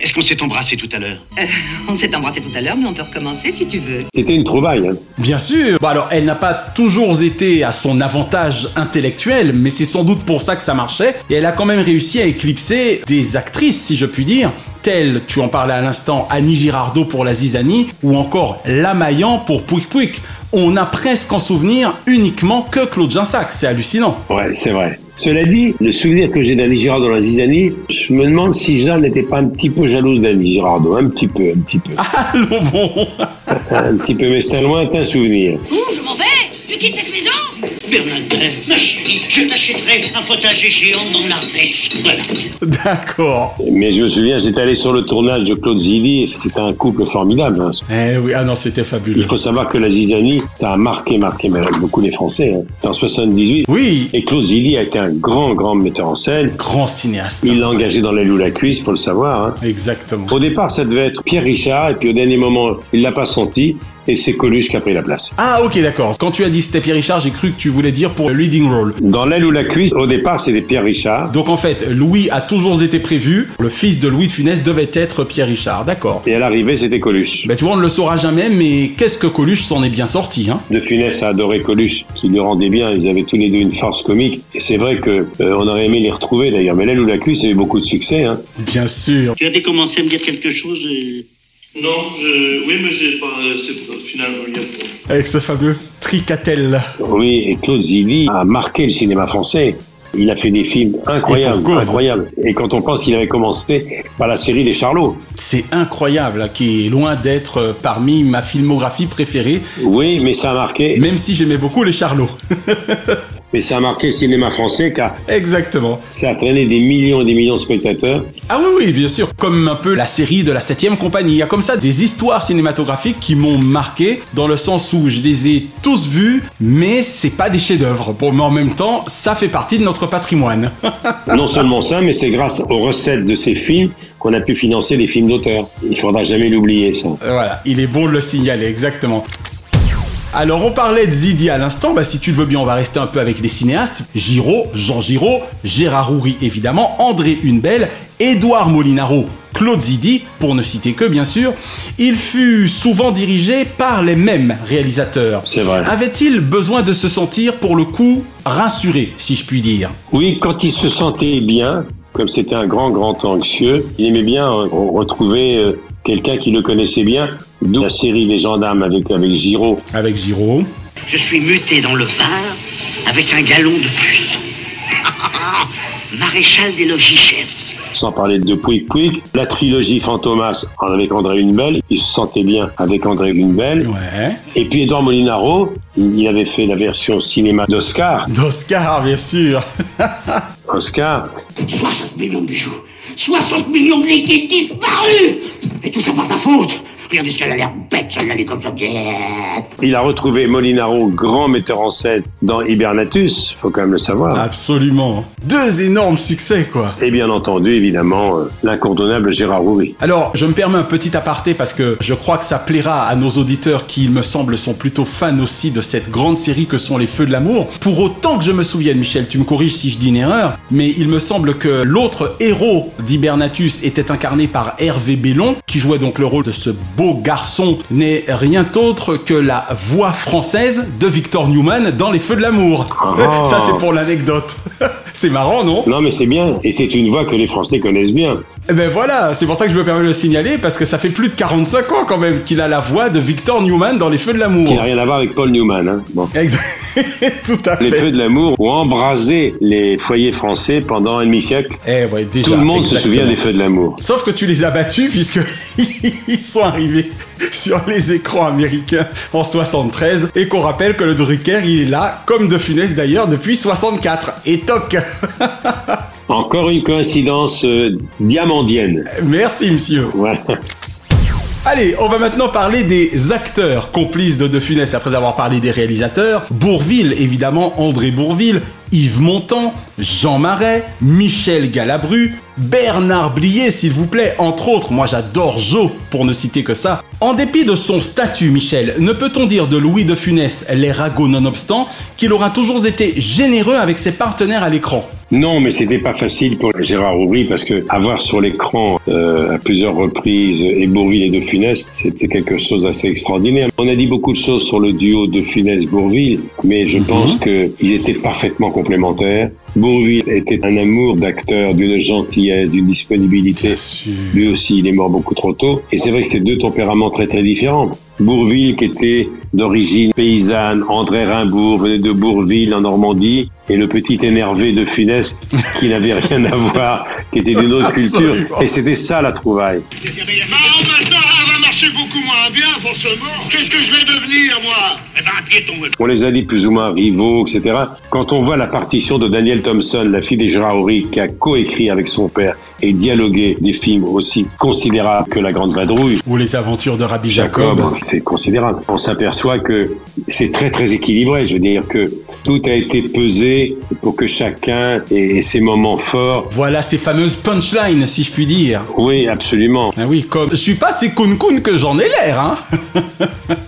Est-ce qu'on s'est embrassé tout à l'heure
Euh, on s'est embrassé tout à l'heure, mais on peut recommencer si tu veux.
C'était une trouvaille. hein.
Bien sûr. Bon alors, elle n'a pas toujours été à son avantage intellectuel, mais c'est sans doute pour ça que ça marchait. Et elle a quand même réussi à éclipser des actrices, si je puis dire, telles, tu en parlais à l'instant, Annie Girardot pour La Zizanie, ou encore Lamaillan pour Pouic Pouic. On a presque en souvenir uniquement que Claude Ginsac. C'est hallucinant.
Ouais, c'est vrai. Cela dit, le souvenir que j'ai d'Annie Girardot dans la Zizanie, je me demande si Jeanne n'était pas un petit peu jalouse d'Annie Girardot. Un petit peu, un petit peu.
Allons bon.
un petit peu, mais c'est un lointain souvenir.
Où je m'en vais Je quitte cette maison Bernadette, ma chérie, je t'achèterai un potager géant dans l'Ardèche. Voilà.
D'accord.
Mais je me souviens, j'étais allé sur le tournage de Claude Zilli, et c'était un couple formidable. hein.
Eh oui, ah non, c'était fabuleux.
Il faut savoir que la Zizanie, ça a marqué, marqué mais avec beaucoup les Français. hein. C'était En 78.
Oui.
Et Claude Zilli a été un grand, grand metteur en scène.
Grand cinéaste.
Il l'a engagé dans l'aile ou la cuisse, faut le savoir. hein.
Exactement.
Au départ, ça devait être Pierre Richard, et puis au dernier moment, il l'a pas senti, et c'est Coluche qui a pris la place.
Ah ok d'accord. Quand tu as dit c'était Pierre Richard, j'ai cru que tu voulais dire pour le leading role.
Dans l'aile ou la cuisse, au départ, c'était Pierre Richard,
Donc en fait, Louis a toujours été prévu. Le fils de Louis de Funès devait être Pierre Richard, d'accord.
et à l'arrivée, c'était Coluche.
Bah tu vois, on ne le saura jamais, mais qu'est-ce que Coluche s'en est bien sorti, hein
De Funès a adoré Coluche, qui lui rendait bien, ils avaient tous les deux une force comique, et c'est vrai que euh, on aurait aimé les retrouver d'ailleurs, mais l'aile ou la cuisse a eu beaucoup de succès. Hein.
Bien sûr.
Tu avais commencé à me dire quelque chose euh,
Non, je... oui, mais j'ai pas. euh, c'est pas- finalement, il y a pas.
Avec ce fameux tricatel.
Oui, et Claude Zilli a marqué le cinéma français. Il a fait des films
Et
incroyables,
pour cause.
incroyables. Et quand on pense qu'il avait commencé par la série Les Charlots,
C'est incroyable, hein, qui est loin d'être euh, parmi ma filmographie préférée,
oui, mais ça a marqué,
même si j'aimais beaucoup les Charlots.
mais ça a marqué le cinéma français car
Exactement.
ça a traîné des millions et des millions de spectateurs.
Ah oui, oui, bien sûr, comme un peu la série de la 7ème compagnie. Il y a comme ça des histoires cinématographiques qui m'ont marqué, dans le sens où je les ai tous vues, mais c'est pas des chefs-d'œuvre. Bon, mais en même temps, ça fait partie de notre patrimoine.
Non seulement ça, mais c'est grâce aux recettes de ces films qu'on a pu financer les films d'auteur. Il faudra jamais l'oublier, ça.
Euh, voilà, il est bon de le signaler, exactement. Alors, on parlait de Zidi à l'instant. Bah, si tu le veux bien, on va rester un peu avec les cinéastes. Giraud, Jean Giraud, Gérard Houry, évidemment, André Hunebelle, Édouard Molinaro, Claude Zidi, pour ne citer que, bien sûr. Il fut souvent dirigé par les mêmes réalisateurs.
C'est vrai.
Avait-il besoin de se sentir, pour le coup, rassuré, si je puis dire
Oui, quand il se sentait bien, comme c'était un grand, grand anxieux, il aimait bien euh, re- retrouver euh, quelqu'un qui le connaissait bien, d'où la série des gendarmes avec, avec Giraud.
Avec Giraud.
Je suis muté dans le bar avec un galon de plus. Maréchal des logis-chefs.
sans parler de Pouic Pouic. La trilogie Fantomas avec André Hunebelle, il se sentait bien avec André Hunebelle.
Ouais.
Et puis Edouard Molinaro, il avait fait la version cinéma d'Oscar.
D'Oscar, bien sûr.
Oscar,
60 millions de bijoux 60 millions de liquides disparus Et tout ça par ta faute Regardez ce qu'elle a l'air bête, celle-là, elle est comme ça. Yeah.
il a retrouvé Molinaro, grand metteur en scène, dans Hibernatus, faut quand même le savoir.
Ah Absolument. Deux énormes succès, quoi.
Et bien entendu, évidemment, euh, l'incontournable Gérard Roury.
Alors, je me permets un petit aparté parce que je crois que ça plaira à nos auditeurs qui, il me semble, sont plutôt fans aussi de cette grande série que sont les Feux de l'amour. Pour autant que je me souvienne, Michel, tu me corriges si je dis une erreur, mais il me semble que l'autre héros d'Hibernatus était incarné par Hervé Bellon, qui jouait donc le rôle de ce beau garçon n'est rien autre que la voix française de Victor Newman dans Les Feux de l'amour.
Ah.
Ça, c'est pour l'anecdote. c'est marrant, non
Non, mais c'est bien, et c'est une voix que les Français connaissent bien.
Eh ben voilà, c'est pour ça que je me permets de le signaler, parce que ça fait plus de 45 ans quand même qu'il a la voix de Victor Newman dans Les Feux de
Qui
l'amour.
n'a rien à voir avec Paul Newman. hein. Bon.
Exact. Tout à
Les
fait.
feux de l'amour ont embrasé les foyers français pendant un demi-siècle.
Eh ouais, déjà,
Tout le monde se
exactement.
souvient des feux de l'amour.
Sauf que tu les as battus puisque ils sont arrivés sur les écrans américains en 73 et qu'on rappelle que le Drucker il est là comme de Funès d'ailleurs depuis 64 et toc.
Encore une coïncidence euh, diamandienne.
Merci monsieur.
Voilà.
Allez, on va maintenant parler des acteurs complices de De Funès après avoir parlé des réalisateurs. Bourville, évidemment, André Bourville, Yves Montand, Jean Marais, Michel Galabru, Bernard Blier, s'il vous plaît, entre autres. Moi, j'adore Jo, pour ne citer que ça. En dépit de son statut, Michel, ne peut-on dire de Louis de Funès, les ragots nonobstant, qu'il aura toujours été généreux avec ses partenaires à l'écran
Non, mais c'était pas facile pour Gérard Roubry parce que avoir sur l'écran euh, à plusieurs reprises euh, Bourville et De Funès, c'était quelque chose d'assez extraordinaire. On a dit beaucoup de choses sur le duo De Funès-Bourville, mais je pense qu'ils étaient parfaitement complémentaires. Bourville était un amour d'acteur, d'une gentillesse, d'une disponibilité. Lui aussi, il est mort beaucoup trop tôt. Et c'est vrai que c'est deux tempéraments très très différents. Bourville, qui était d'origine paysanne, André Rimbourg venait de Bourville en Normandie, et le petit énervé de Funès, qui n'avait rien à voir, qui était d'une autre culture.
Absolument.
Et c'était ça la trouvaille.
Bah, en maintenant, elle va marcher beaucoup moins bien, forcément. Qu'est-ce que je vais devenir, moi Eh ben, un piéton.
On les a dit plus ou moins rivaux, etc. Quand on voit la partition de Daniel Thompson, la fille des Gérard Horry, qui a coécrit avec son père et dialogué des films aussi considérables que La Grande Vadrouille,
Ou les aventures de Rabbi
Jacob, hein,
Jacob.
c'est considérable. On s'aperçoit que c'est très très équilibré. Je veux dire que tout a été pesé pour que chacun ait ses moments forts.
Voilà ces fameuses punchlines, si je puis dire.
Oui, absolument.
Ah oui, comme je suis pas si coun-coun que j'en ai l'air, hein.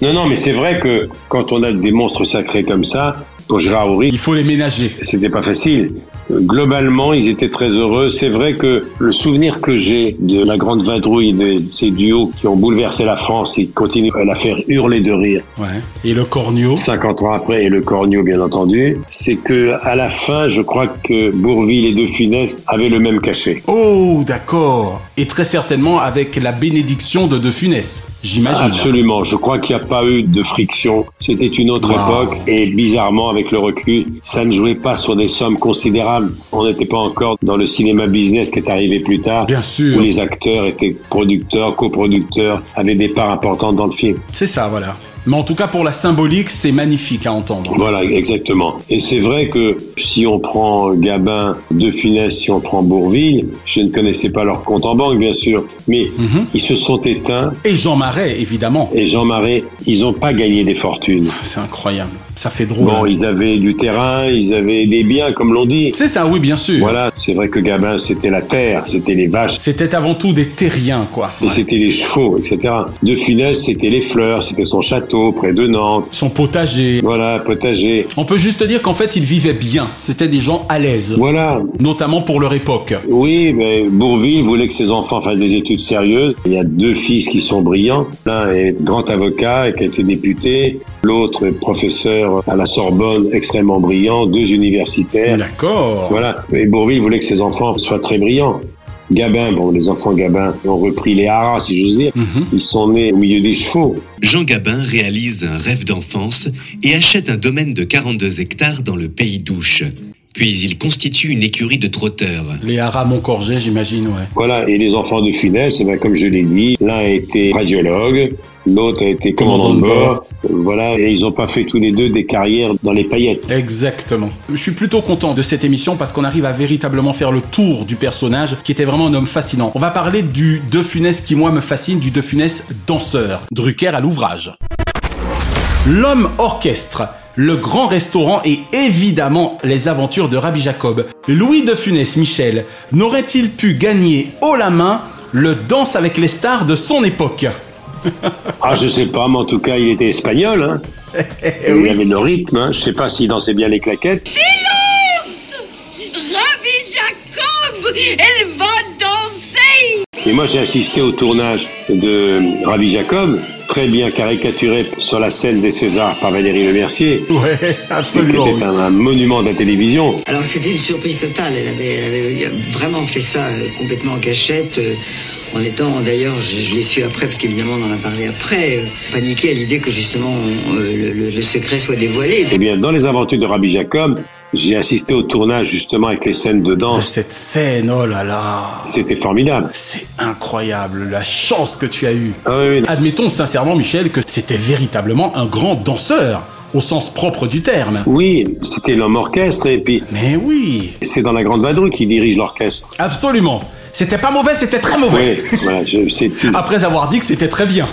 Non, non, mais c'est vrai que quand on a des monstres sacrés comme ça, pour Gérard Horry,
Il faut les ménager.
c'était pas facile. Euh, Globalement, ils étaient très heureux. C'est vrai que le souvenir que j'ai de la grande vadrouille et de ces duos qui ont bouleversé la France et qui continuent à la faire hurler de rire
Ouais. Et le cornio.
50 ans après et le corneau bien entendu, c'est que à la fin, je crois que Bourville et De Funès avaient le même cachet.
Oh, d'accord. Et très certainement avec la bénédiction de De Funès, j'imagine.
Ah, Absolument, je crois qu'il n'y a pas eu de friction. C'était une autre
Wow.
époque et bizarrement avec le recul, ça ne jouait pas sur des sommes considérables. On n'était pas encore dans le cinéma business qui est arrivé plus tard.
Bien sûr.
Où les acteurs étaient producteurs, coproducteurs, avaient des parts importantes dans le film.
C'est ça, voilà. Mais en tout cas, pour la symbolique, c'est magnifique à entendre.
Voilà, exactement. Et c'est vrai que si on prend Gabin, De Funès, si on prend Bourville, je ne connaissais pas leur compte en banque, bien sûr, mais ils se sont éteints
Et Jean Marais, évidemment.
et Jean Marais, ils n'ont pas gagné des fortunes.
C'est incroyable. Ça fait drôle.
Bon, ils avaient du terrain, ils avaient des biens, comme l'on dit.
C'est ça, oui, bien sûr.
Voilà, c'est vrai que Gabin, c'était la terre, c'était les vaches.
C'était avant tout des terriens, quoi.
Et c'était les chevaux, etc. De Funès, c'était les fleurs, c'était son château près de Nantes.
Son potager.
Voilà, potager.
On peut juste dire qu'en fait, ils vivaient bien. C'était des gens à l'aise.
Voilà,
Notamment pour leur époque.
Oui, mais Bourville voulait que ses enfants fassent des études sérieuses. Il y a deux fils qui sont brillants. L'un est grand avocat et qui a été député. L'autre est professeur à la Sorbonne, extrêmement brillant, deux universitaires.
D'accord.
Voilà. Et Bourville voulait que ses enfants soient très brillants. Gabin, bon, les enfants Gabin ont repris les haras, si j'ose dire.
Mhm.
Ils sont nés au milieu des chevaux.
Jean Gabin réalise un rêve d'enfance et achète un domaine de 42 hectares dans le pays d'Ouche. Puis il constitue une écurie de trotteurs.
Les haras Montcorget, j'imagine, ouais.
Voilà. Et les enfants de Funès, eh ben, comme je l'ai dit, l'un a été radiologue, l'autre a été commandant de bord. Voilà, et ils n'ont pas fait tous les deux des carrières dans les paillettes.
Exactement. Je suis plutôt content de cette émission parce qu'on arrive à véritablement faire le tour du personnage qui était vraiment un homme fascinant. On va parler du De Funès qui moi me fascine, du De Funès danseur. Drucker à l'ouvrage. L'homme orchestre. Le grand restaurant et évidemment les aventures de Rabbi Jacob. Louis de Funès Michel n'aurait-il pu gagner haut la main le danse avec les stars de son époque
Ah, je sais pas, mais en tout cas, il était espagnol. Hein. Et Il avait le rythme. Hein. Je sais pas s'il dansait bien les claquettes.
Silence Ravi Jacob Elle va danser
Et moi, j'ai assisté au tournage de Ravi Jacob, très bien caricaturé sur la scène des Césars par Valérie Lemercier.
Ouais, absolument.
C'était un, un monument de la télévision.
Alors c'était une surprise totale. Elle avait, elle avait vraiment fait ça euh, complètement en cachette. euh, en étant, d'ailleurs, je, je l'ai su après, parce qu'évidemment on en a parlé après, euh, paniqué à l'idée que justement euh, le, le- le secret soit dévoilé.
Eh bien, dans les aventures de Rabbi Jacob, j'ai assisté au tournage justement avec les scènes de danse.
Cette scène, oh là là.
C'était formidable. Ah
C'est incroyable la chance que tu as eue.
oui.
Admettons sincèrement, Michel, que c'était véritablement un grand danseur, au sens propre du terme.
Oui, c'était l'homme orchestre et puis.
Mais oui.
C'est dans la grande vadrouille qui dirige l'orchestre.
Absolument. C'était pas mauvais, c'était très mauvais.
Oui, voilà, je- c'est tout.
Après avoir dit que c'était très bien.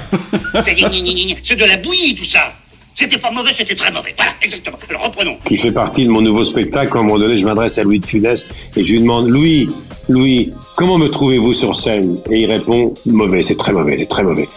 C'est gna, gna, gna, gna. C'est de la bouillie, tout ça. C'était pas mauvais, c'était très mauvais. Voilà, exactement. Alors reprenons.
qui fait partie de mon nouveau spectacle. À un moment donné, je m'adresse à Louis de Funès et je lui demande Louis, Louis, comment me trouvez-vous sur scène Et il répond Mauvais, c'est très mauvais, c'est très mauvais.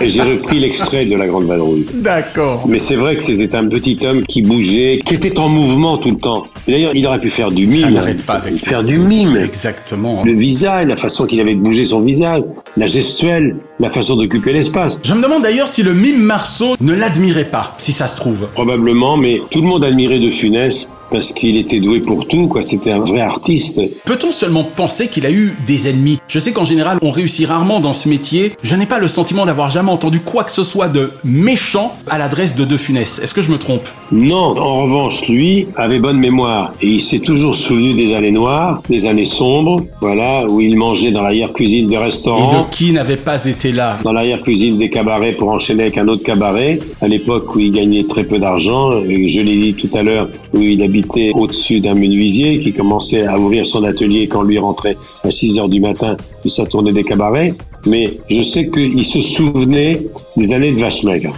et j'ai repris l'extrait de La Grande Vadrouille.
D'accord.
Mais c'est vrai que c'était un petit homme qui bougeait, qui était en mouvement tout le temps. Et D'ailleurs, il aurait pu faire du mime.
Ça n'arrête pas avec
Faire du mime.
Exactement.
Le visage, la façon qu'il avait de bouger son visage, la gestuelle, la façon d'occuper l'espace.
Je me demande d'ailleurs si le mime Marceau ne l'admirait pas, si ça se trouve.
Probablement, mais tout le monde admirait De Funès parce qu'il était doué pour tout, quoi. C'était un vrai artiste.
Peut-on seulement penser qu'il a eu des ennemis Je sais qu'en général, on réussit rarement dans ce métier. Je n'ai pas le sentiment d'avoir jamais entendu quoi que ce soit de méchant à l'adresse de De Funès. Est-ce que je me trompe
Non, en revanche, lui avait bonne mémoire et il s'est toujours souvenu des années noires, des années sombres, voilà, où il mangeait dans l'arrière-cuisine des
Et
restaurants,
de qui n'avait pas été là
dans l'arrière-cuisine des cabarets pour enchaîner avec un autre cabaret, à l'époque où il gagnait très peu d'argent, et je l'ai dit tout à l'heure, où il habitait au-dessus d'un menuisier qui commençait à ouvrir son atelier quand lui rentrait à 6 heures du matin et ça tournait des cabarets. Mais je sais qu'il se souvenait des années de vache maigre.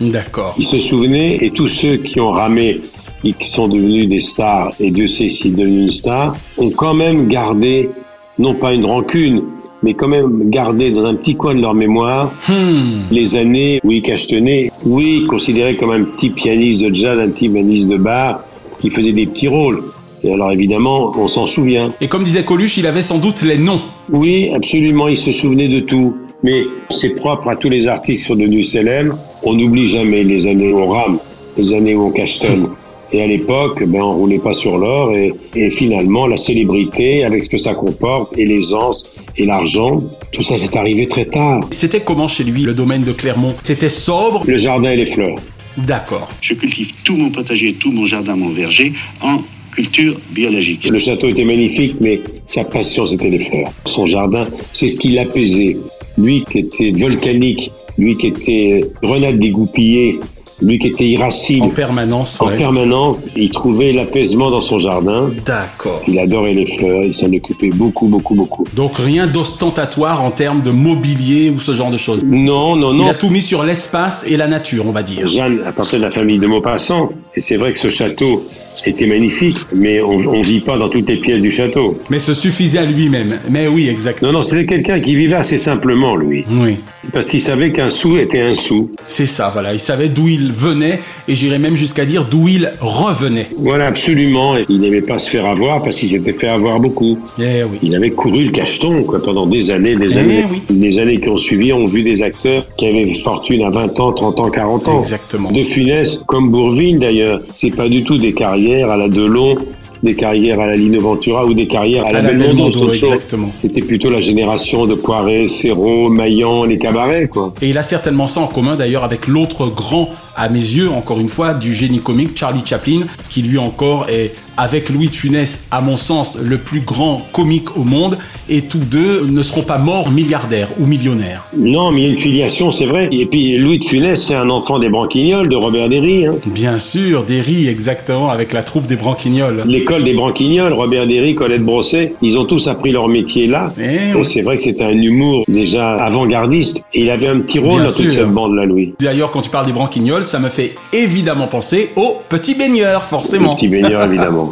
D'accord.
Il se souvenait, et tous ceux qui ont ramé et qui sont devenus des stars, et Dieu sait s'ils sont devenus une star, ont quand même gardé, non pas une rancune, mais quand même gardé dans un petit coin de leur mémoire
Hmm.
les années où ils cachetonnaient, oui, considéré comme un petit pianiste de jazz, un petit pianiste de bar, qui faisait des petits rôles. Et alors évidemment, on s'en souvient.
Et comme disait Coluche, il avait sans doute les noms.
Oui, absolument, il se souvenait de tout. Mais c'est propre à tous les artistes qui sont devenus célèbres. On n'oublie jamais les années où on rame, les années où on cachetonne. Et à l'époque, ben, on roulait pas sur l'or. Et, et finalement, la célébrité, avec ce que ça comporte, et l'aisance, et l'argent, tout ça, c'est arrivé très tard.
C'était comment chez lui, le domaine de Clermont C'était sobre
Le jardin et les fleurs.
D'accord.
Je cultive tout mon potager, tout mon jardin, mon verger en culture biologique.
Le château était magnifique, mais sa passion, c'était les fleurs. Son jardin, c'est ce qui l'apaisait. Lui qui était volcanique, lui qui était grenade dégoupillée, lui qui était irascible.
En permanence,
En
ouais.
permanent, il trouvait l'apaisement dans son jardin.
D'accord.
Il adorait les fleurs, il s'en occupait beaucoup, beaucoup, beaucoup.
Donc rien d'ostentatoire en termes de mobilier ou ce genre de choses.
Non, non,
Il
non.
a tout mis sur l'espace et la nature, on va dire.
Jeanne appartenait à la famille de Maupassant, et c'est vrai que ce château était magnifique, mais on ne vit pas dans toutes les pièces du château.
Mais ce suffisait à lui-même. Mais oui, exactement.
Non, non, c'était quelqu'un qui vivait assez simplement, lui.
Oui.
Parce qu'il savait qu'un sou était un sou.
C'est ça, voilà. Il savait d'où il venait et j'irais même jusqu'à dire d'où il revenait.
Voilà, absolument. Et il n'aimait pas se faire avoir parce qu'il s'était fait avoir beaucoup.
Eh oui.
Il avait couru le cacheton quoi, pendant des années, des
Eh
années.
oui.
Les années qui ont suivi ont vu des acteurs qui avaient une fortune à 20 ans, 30 ans, 40 ans.
Exactement.
De Funès, comme Bourville d'ailleurs, c'est pas du tout des carrières à la Delon, des carrières à la Lino Ventura ou des carrières à, la, Belmondo. c'est autre chose.
exactement.
C'était plutôt la génération de Poiret, Serrault, Maillan, les cabarets, quoi.
Et il a certainement ça en commun d'ailleurs avec l'autre grand, à mes yeux, encore une fois, du génie comique, Charlie Chaplin, qui lui encore est avec Louis de Funès, à mon sens, le plus grand comique au monde, et tous deux ne seront pas morts milliardaires ou millionnaires.
Non, mais il y a une filiation, c'est vrai. Et puis Louis de Funès, c'est un enfant des Branquignoles, de Robert Derry. hein.
Bien sûr, Derry, exactement, avec la troupe des Branquignoles.
L'école des Branquignoles, Robert Derry, Colette Brosset, ils ont tous appris leur métier là.
Eh
Et, c'est vrai que c'était un humour déjà avant-gardiste. Et il avait un petit rôle
Bien
dans toute
sûr.
cette bande là, Louis.
D'ailleurs, quand tu parles des Branquignoles, ça me fait évidemment penser aux petits baigneurs, forcément.
Petit baigneur, évidemment.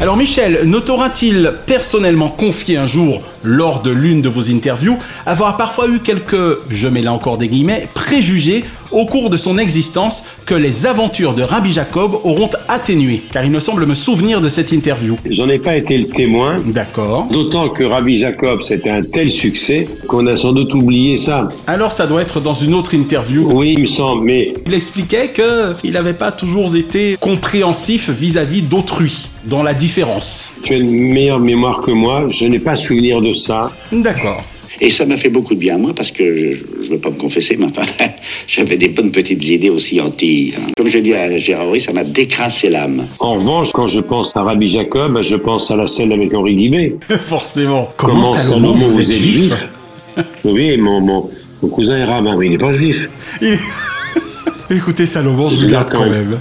Alors Michel, ne t'aura-t-il personnellement confié un jour, lors de l'une de vos interviews, avoir parfois eu quelques, je mets là encore des guillemets, préjugés au cours de son existence que les aventures de Rabbi Jacob auront atténué Car il me semble me souvenir de cette interview.
J'en ai pas été le témoin.
D'accord.
D'autant que Rabbi Jacob, c'était un tel succès qu'on a sans doute oublié ça.
Alors ça doit être dans une autre interview.
Oui, il me semble, mais...
Il expliquait qu'il n'avait pas toujours été compréhensif vis-à-vis d'autrui, dans la différence.
Tu as une meilleure mémoire que moi. Je n'ai pas souvenir de ça.
D'accord.
Et ça m'a fait beaucoup de bien à moi parce que je ne veux pas me confesser, mais enfin, j'avais des bonnes petites idées aussi antilles. hein. Comme je dis à Gérard Horry, ça m'a décrassé l'âme.
En revanche, quand je pense à Rabbi Jacob, je pense à la scène avec Henri Guibé.
Forcément.
Comment Salomon, vous êtes juif Oui, mon, mon, mon cousin est rabbin, mais il n'est pas juif.
Il- Écoutez Salomon, je vous
Il
garde
l'a
quand
quand
même.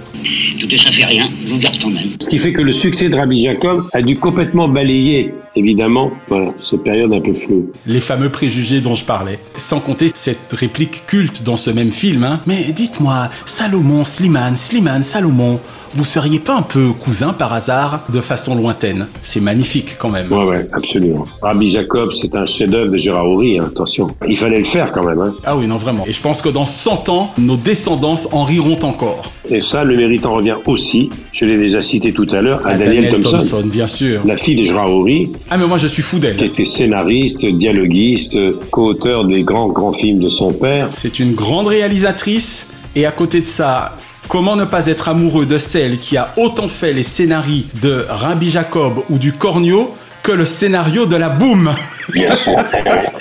Tout ça fait rien, je vous garde quand même.
Ce qui fait que le succès de Rabbi Jacob a dû complètement balayer, évidemment, voilà, cette période un peu floue.
Les fameux préjugés dont je parlais. Sans compter cette réplique culte dans ce même film. hein. Mais dites-moi, Salomon, Slimane, Slimane, Salomon, vous seriez pas un peu cousins par hasard de façon lointaine C'est magnifique quand même.
Ouais, ouais, absolument. Rabbi Jacob, c'est un chef-d'œuvre de Gérard Horry, hein, attention. Il fallait le faire quand même. hein.
Ah oui, non, vraiment. Et je pense que dans 100 ans, nos descendants en riront encore.
Et ça, le mérite en revient aussi, je l'ai déjà cité tout à l'heure, à,
À
Ah, Daniel,
Daniel
Thompson,
Thompson, bien sûr.
la fille de Gérard Horry,
Ah, mais moi, je suis fou d'elle.
qui était scénariste, dialoguiste, co-auteur des grands, grands films de son père.
C'est une grande réalisatrice et à côté de ça, comment ne pas être amoureux de celle qui a autant fait les scénarii de Rabbi Jacob ou du Cornio que le scénario de la Boum
Bien sûr.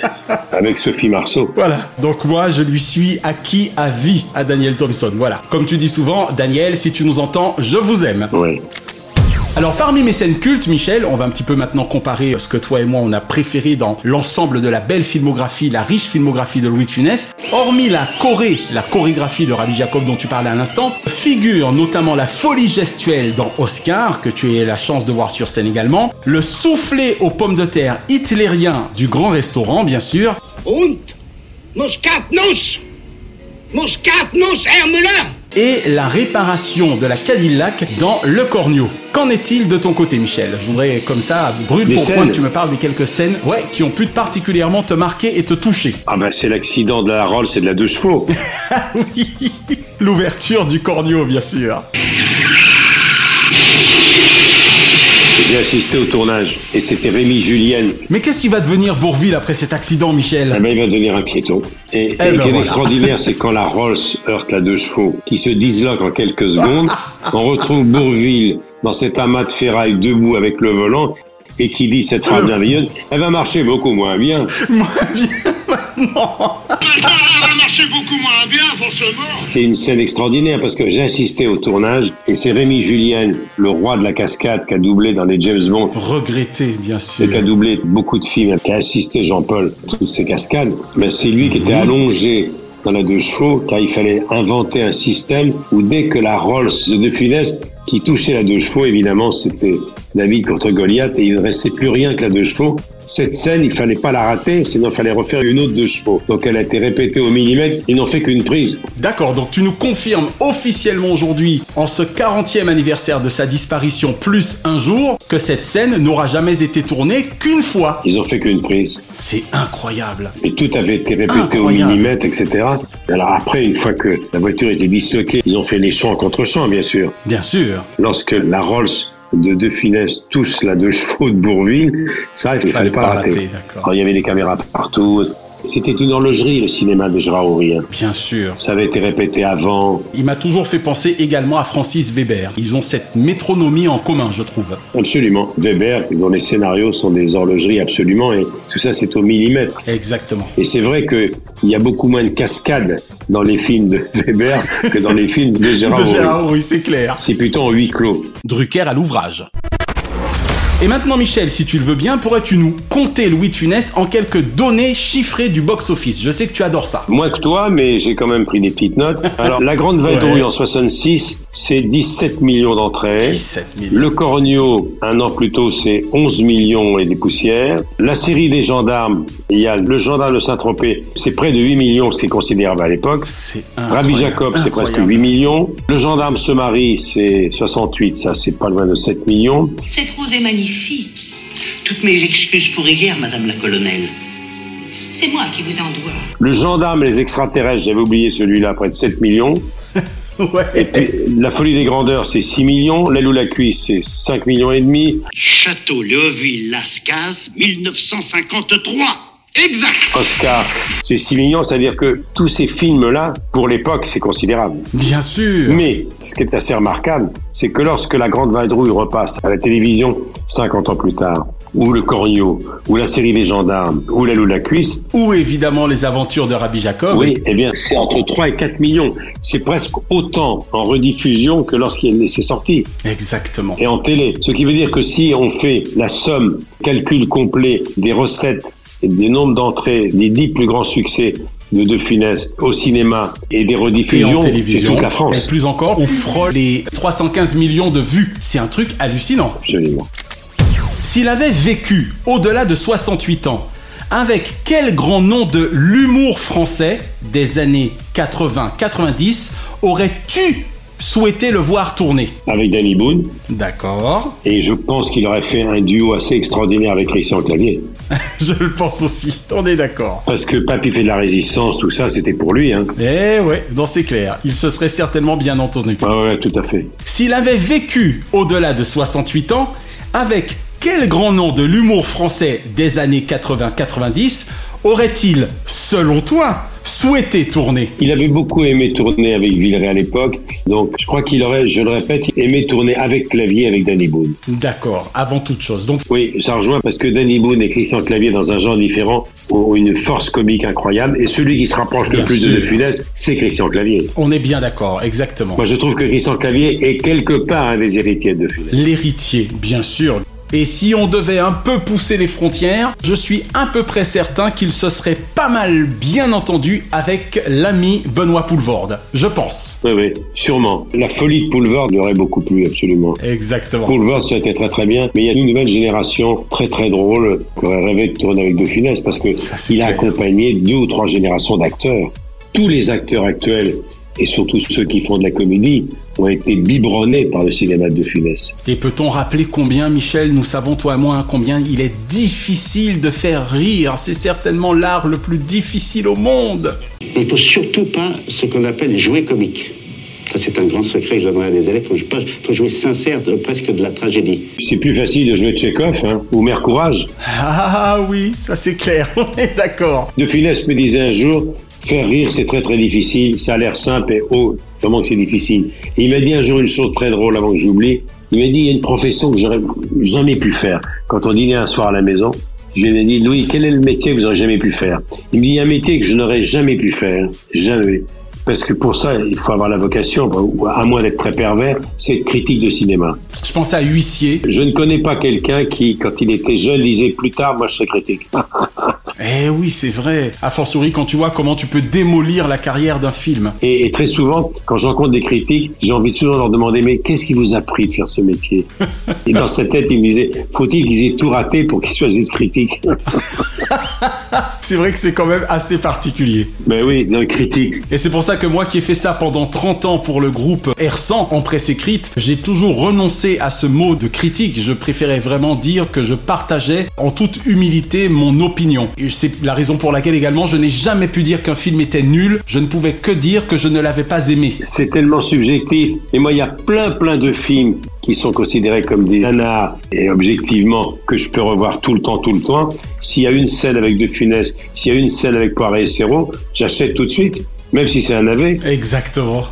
Avec Sophie Marceau.
Voilà. Donc moi, je lui suis acquis à vie à Daniel Thompson. Voilà. Comme tu dis souvent, Daniel, si tu nous entends, je vous aime.
Oui.
Alors parmi mes scènes cultes, Michel, on va un petit peu maintenant comparer euh, ce que toi et moi on a préféré dans l'ensemble de la belle filmographie, la riche filmographie de Louis de Funès. Hormis la choré, la chorégraphie de Rabbi Jacob dont tu parlais à l'instant, figure notamment la folie gestuelle dans Oscar, que tu as eu la chance de voir sur scène également, le soufflé aux pommes de terre hitlérien du grand restaurant, bien sûr,
Und? Muskatnuss! Muskatnuss, Herr Müller!
et la réparation de la Cadillac dans Le Cornio. Qu'en est-il de ton côté, Michel Je voudrais comme ça, brûle
Des
pour point,
scènes.
que tu me parles des quelques scènes ouais, qui ont pu particulièrement te marquer et te toucher.
Ah ben c'est l'accident de la Rolls et de la deux chevaux.
L'ouverture du Cornio, bien sûr.
J'ai assisté au tournage et c'était Rémi Julienne.
Mais qu'est-ce qui va devenir Bourville après cet accident, Michel
Eh ben, il va devenir un piéton. Et, et
ben,
ce qui est
voilà.
extraordinaire, c'est quand la Rolls heurte la deux chevaux, qui se disloque en quelques secondes, on retrouve Bourville dans cet amas de ferraille debout avec le volant et qui dit cette phrase merveilleuse, elle va marcher beaucoup moins bien.
Ça va marcher beaucoup moins bien, forcément.
C'est une scène extraordinaire parce que j'ai assisté au tournage et c'est Rémi Julien, le roi de la cascade, qui a doublé dans les James Bond.
Regretté, bien
et
sûr.
qui a doublé beaucoup de films, qui a assisté Jean-Paul toutes ces cascades. Mais c'est lui qui était allongé dans la deux chevaux car il fallait inventer un système où dès que la Rolls de De Funès qui touchait la deux chevaux, évidemment, c'était David contre Goliath et il ne restait plus rien que la deux chevaux. Cette scène, il fallait pas la rater, sinon il fallait refaire une autre deux chevaux. Donc elle a été répétée au millimètre, ils n'ont fait qu'une prise.
D'accord, donc tu nous confirmes officiellement aujourd'hui, en ce 40e anniversaire de sa disparition plus un jour, que cette scène n'aura jamais été tournée qu'une fois.
Ils ont fait qu'une prise.
C'est incroyable.
Et tout avait été répété
Incroyable.
au millimètre, etc. Alors après, une fois que la voiture était disloquée, ils ont fait les champs contre champs, bien sûr.
Bien sûr.
Lorsque la Rolls de De Funès touche la deux chevaux de Bourville, ça, il ne fallait pas rater.
d'accord.
Alors, il y avait des caméras partout, C'était une horlogerie, le cinéma de Gérard
Bien sûr.
Ça avait été répété avant.
Il m'a toujours fait penser également à Francis Weber. Ils ont cette métronomie en commun, je trouve.
Absolument. Weber, dont les scénarios sont des horlogeries absolument, et tout ça c'est au millimètre.
Exactement.
Et c'est vrai qu'il y a beaucoup moins de cascades dans les films de Weber que dans les films de Gérard
De Gérard,
Rory.
oui, c'est clair.
C'est plutôt en huis clos.
Drucker à l'ouvrage. Et maintenant, Michel, si tu le veux bien, pourrais-tu nous compter Louis de Funès en quelques données chiffrées du box-office Je sais que tu adores ça.
Moins que toi, mais j'ai quand même pris des petites notes. Alors, La Grande Vadrouille en 66, c'est 17 millions d'entrées.
17
Le Cornio, un an plus tôt, c'est 11 millions et des poussières. La série des gendarmes, il y a Le Gendarme de Saint-Tropez, c'est près de 8 millions, c'est considérable à l'époque. Ravi
incroyable,
Jacob, c'est
incroyable.
presque 8 millions. Le Gendarme se marie, c'est 68, ça, c'est pas loin de 7 millions.
Cette rose est magnifique. Toutes mes excuses pour hier, madame la colonelle.
C'est moi qui vous en dois.
Le Gendarme et les extraterrestres, j'avais oublié celui-là, près de 7 millions. Et puis, la folie des grandeurs, c'est 6 millions. L'aile ou la cuisse, c'est 5 millions et demi.
Château Léoville Lascaz, 1953. Exact.
Oscar, c'est 6 millions, c'est-à-dire que tous ces films-là, pour l'époque, c'est considérable.
Bien sûr.
Mais ce qui est assez remarquable, c'est que lorsque la Grande Vadrouille repasse à la télévision 50 ans plus tard, ou le Cornio, ou la série des gendarmes, ou la ou la cuisse,
Ou évidemment les aventures de Rabbi Jacob.
oui, eh bien, c'est entre 3 et 4 millions. C'est presque autant en rediffusion que lorsqu'il s'est sorti.
Exactement.
et en télé. Ce qui veut dire que si on fait la somme, calcul complet des recettes, et des nombres d'entrées, des dix plus grands succès de De Funès au cinéma et des
Et en
rediffusions, c'est
télévision.
toute la France.
Et plus encore, on frôle les 315 millions de vues. C'est un truc hallucinant.
Absolument.
S'il avait vécu au-delà de 68 ans, avec quel grand nom de l'humour français des années 80-90 aurais-tu souhaité le voir tourner
Avec Danny Boone.
D'accord.
Et je pense qu'il aurait fait un duo assez extraordinaire avec Christian Clavier.
Je le pense aussi, on est d'accord.
Parce que Papy fait de la résistance, tout ça, c'était pour lui. Hein.
Eh ouais, non c'est clair, il se serait certainement bien entendu.
Ah Ouais, ouais, tout à fait.
S'il avait vécu au-delà de 68 ans, avec quel grand nom de l'humour français des années 80-90 aurait-il, selon toi, souhaité tourner
Il avait beaucoup aimé tourner avec Villeray à l'époque, donc je crois qu'il aurait, je le répète, aimé tourner avec Clavier, avec Danny Boone.
D'accord, avant toute chose. Donc,
Oui, ça rejoint parce que Danny Boone et Christian Clavier, dans un genre différent, ont une force comique incroyable. Et celui qui se rapproche le
Bien
plus de
sûr.
De Funès, c'est Christian Clavier.
on est bien d'accord, exactement.
Moi, je trouve que Christian Clavier est quelque part un des héritiers de Funès.
L'héritier, bien sûr. Et si on devait un peu pousser les frontières, je suis à peu près certain qu'il se serait pas mal bien entendu avec l'ami Benoît Poulvorde. Je pense.
Oui, oui, sûrement. La folie de Poulvard lui aurait beaucoup plu, absolument.
Exactement.
Poulvard, ça a été très très bien, mais il y a une nouvelle génération très très drôle qui aurait rêvé de tourner avec De Funès parce que il a accompagné deux ou trois générations d'acteurs. Tous les acteurs actuels, et surtout ceux qui font de la comédie, ont été biberonnés par le cinéma de De Funès.
Et peut-on rappeler combien, Michel, nous savons toi et moi, hein, combien il est difficile de faire rire. C'est certainement l'art le plus difficile au monde.
Il ne faut surtout pas ce qu'on appelle jouer comique. Ça, c'est un grand secret que je donnerai à des élèves. Il faut, pas- faut jouer sincère, de- presque de la tragédie.
C'est plus facile de jouer Tchekhov hein, ou Mère Courage.
Ah oui, ça c'est clair, on est d'accord.
De Funès me disait un jour faire rire, c'est très très difficile, ça a l'air simple et oh, comment que c'est difficile. Et il m'a dit un jour une chose très drôle avant que j'oublie. Il m'a dit il y a une profession que j'aurais jamais pu faire. Quand on dînait un soir à la maison, je lui ai dit Louis, quel est le métier que vous n'aurez jamais pu faire Il me dit il y a un métier que je n'aurais jamais pu faire, jamais. Parce que pour ça, il faut avoir la vocation, ou à moins d'être très pervers, c'est être critique de cinéma.
Je pense à Huissier.
Je ne connais pas quelqu'un qui, quand il était jeune, disait plus tard, moi je serai critique.
Eh oui, c'est vrai. A fortiori, quand tu vois comment tu peux démolir la carrière d'un film.
Et, et très souvent, quand je rencontre des critiques, j'ai envie toujours de leur demander mais qu'est-ce qui vous a pris de faire ce métier Et dans sa tête, il me disait faut-il qu'ils aient tout raté pour qu'ils choisissent critique
C'est vrai que c'est quand même assez particulier.
Ben oui, dans le critique.
Et c'est pour ça que moi qui ai fait ça pendant 30 ans pour le groupe R100 en presse écrite, j'ai toujours renoncé à ce mot de critique. Je préférais vraiment dire que je partageais en toute humilité mon opinion. Et c'est la raison pour laquelle également je n'ai jamais pu dire qu'un film était nul. Je ne pouvais que dire que je ne l'avais pas aimé.
C'est tellement subjectif. Et moi, il y a plein, plein de films qui sont considérés comme des nanas et objectivement que je peux revoir tout le temps, tout le temps. S'il y a une scène avec De Funès, s'il y a une scène avec Poiré et Serrault, j'achète tout de suite, même si c'est un navet.
Exactement.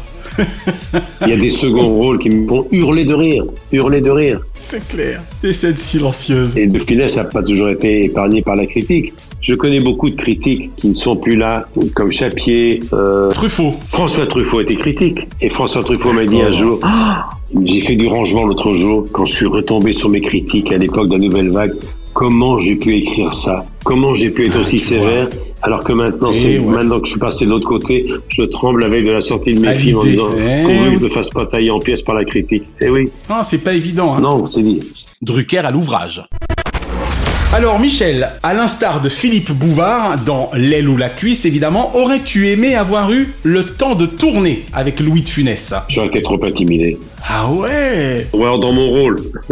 Il y a des seconds rôles qui me font hurler de rire, hurler de rire.
C'est clair. Les scènes silencieuses.
Et De Funès n'a pas toujours été épargné par la critique. Je connais beaucoup de critiques qui ne sont plus là, comme Chapier. euh,
Truffaut.
François Truffaut était critique. Et François Truffaut m'a dit un
D'accord.
jour, Ah j'ai fait du rangement l'autre jour quand je suis retombé sur mes critiques à l'époque de la Nouvelle Vague. Comment j'ai pu écrire ça Comment j'ai pu être aussi sévère alors que maintenant,
Ah, Eh
c'est
ouais.
maintenant que je suis passé de l'autre côté, je tremble avec de la sortie de
À
mes films en
l'idée.
disant
Eh
qu'on
oui.
ne me fasse pas tailler en pièces par la critique. Eh oui.
Non, c'est pas évident. hein.
Non, c'est dit.
Drucker à l'ouvrage. Alors Michel, à l'instar de Philippe Bouvard, dans L'aile ou la cuisse évidemment, aurais-tu aimé avoir eu le temps de tourner avec Louis de Funès
J'aurais été trop intimidé.
Ah ouais
Ou alors dans mon rôle,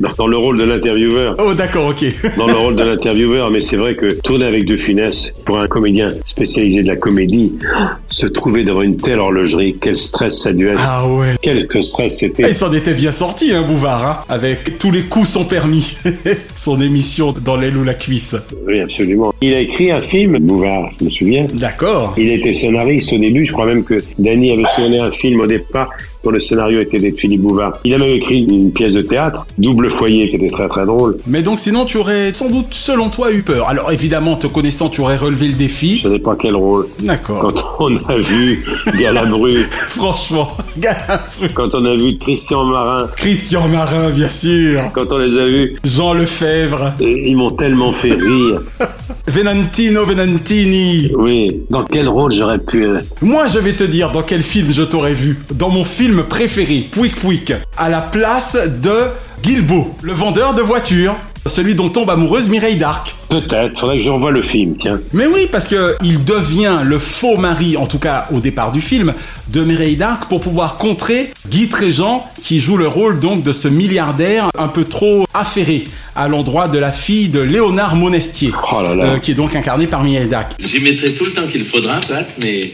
dans, dans le rôle de l'intervieweur.
Oh d'accord, ok.
dans le rôle de l'intervieweur, mais c'est vrai que tourner avec De Funès, pour un comédien spécialisé de la comédie, se trouver devant une telle horlogerie, quel stress ça a dû être.
Ah ouais.
Quel que stress
Et
c'était.
il s'en était bien sorti, hein, Bouvard, hein, avec tous les coups sont permis. Son émission dans L'aile ou la cuisse.
Oui, absolument. Il a écrit un film, Bouvard, je me souviens.
D'accord.
Il était scénariste au début, je crois même que Dany avait tourné un film au départ dont le scénario était de Philippe Bouvard. Il a même écrit une pièce de théâtre, Double Foyer, qui était très très drôle.
Mais donc sinon tu aurais sans doute, selon toi, eu peur. Alors évidemment, te connaissant, tu aurais relevé le défi.
Ça dépend quel rôle.
D'accord.
Quand on a vu Galabru,
Franchement,
quand on a vu Christian Marin,
Christian Marin, bien sûr.
quand on les a vus,
Jean Lefebvre.
euh, ils m'ont tellement fait rire.
Venantino Venantini.
Oui, dans quel rôle j'aurais pu... euh,
Moi, je vais te dire dans quel film je t'aurais vu. Dans mon film préféré, Pouic Pouic, à la place de Guilbeault, le vendeur de voitures. Celui dont tombe amoureuse Mireille Darc.
Peut-être, faudrait que je revoie le film, tiens.
Mais oui, parce que il devient le faux mari, en tout cas au départ du film, de Mireille Darc pour pouvoir contrer Guy Tréjean, qui joue le rôle donc de ce milliardaire un peu trop affairé à l'endroit de la fille de Léonard Monestier, euh, qui est donc incarné par Mireille Darc.
J'y mettrai tout le temps qu'il faudra, Pat, mais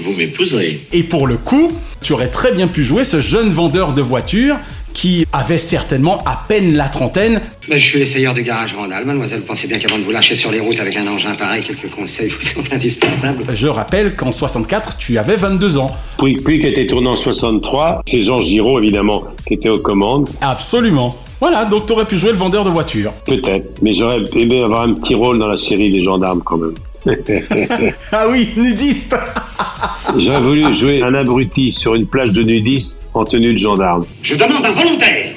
vous m'épouserez.
Et pour le coup, tu aurais très bien pu jouer ce jeune vendeur de voitures qui avait certainement à peine la trentaine.
Mais je suis essayeur de garage vandal, mademoiselle. Pensez bien qu'avant de vous lâcher sur les routes avec un engin pareil, quelques conseils vous sont indispensables.
Je rappelle qu'en 64, tu avais 22 ans.
Puis, puis qui était tourné en 63, c'est Jean Giraud, évidemment, qui était aux commandes.
Absolument. Voilà, donc tu aurais pu jouer le vendeur de voitures.
Peut-être, mais j'aurais aimé avoir un petit rôle dans la série des gendarmes quand même.
Ah oui, nudiste
j'aurais voulu jouer un abruti sur une plage de nudistes en tenue de gendarme.
Je demande un volontaire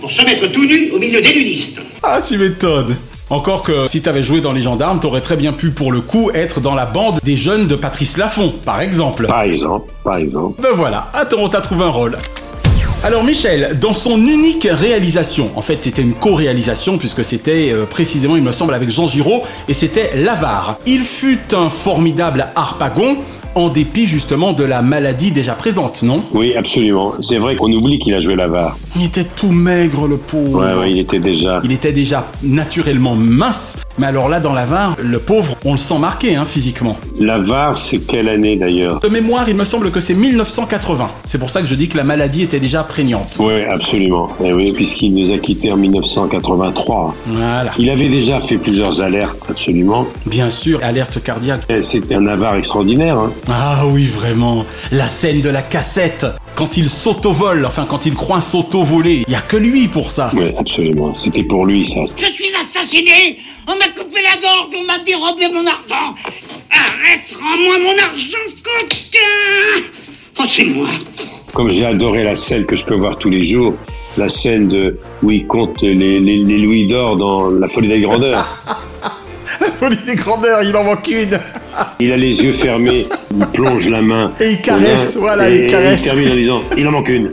pour se mettre tout nu au milieu des nudistes.
Ah, tu m'étonnes encore que si t'avais joué dans Les Gendarmes, t'aurais très bien pu pour le coup être dans la bande des jeunes de Patrice Laffont, par exemple.
Par exemple, par exemple.
Ben voilà, attends, on t'a trouvé un rôle. Alors Michel, dans son unique réalisation, en fait c'était une co-réalisation puisque c'était euh, précisément il me semble avec Jean Giraud et c'était L'Avare. Il fut un formidable harpagon en dépit justement de la maladie déjà présente, non
Oui, absolument. C'est vrai qu'on oublie qu'il a joué l'avare.
Il était tout maigre le pauvre.
Ouais, ouais, il était déjà.
Il était déjà naturellement mince, mais alors là dans L'Avare, le pauvre, on le sent marqué hein, physiquement.
L'avare, c'est quelle année d'ailleurs
De mémoire, il me semble que c'est 1980. C'est pour ça que je dis que la maladie était déjà prégnante.
Oui, absolument. Et oui, puisqu'il nous a quittés en 1983.
Voilà.
Il avait déjà fait plusieurs alertes, absolument.
Bien sûr, alerte cardiaque.
Et C'était un avare extraordinaire. hein.
Ah oui, vraiment. La scène de la cassette. Quand il s'auto-vole, enfin quand il croit s'auto-voler. Il y a que lui pour ça.
Oui, absolument. C'était pour lui, ça.
Je suis assassiné On m'a coupé la gorge, on m'a dérobé mon argent Arrête, rends-moi mon argent, coquin Oh, c'est moi
Comme j'ai adoré la scène que je peux voir tous les jours, la scène de où il compte les, les- les louis d'or dans La folie des grandeurs.
La folie des grandeurs, il en manque une.
Il a les yeux fermés, il plonge la main.
Et il caresse,
au nain,
voilà,
et-
il caresse.
Et il termine en disant Il en manque une.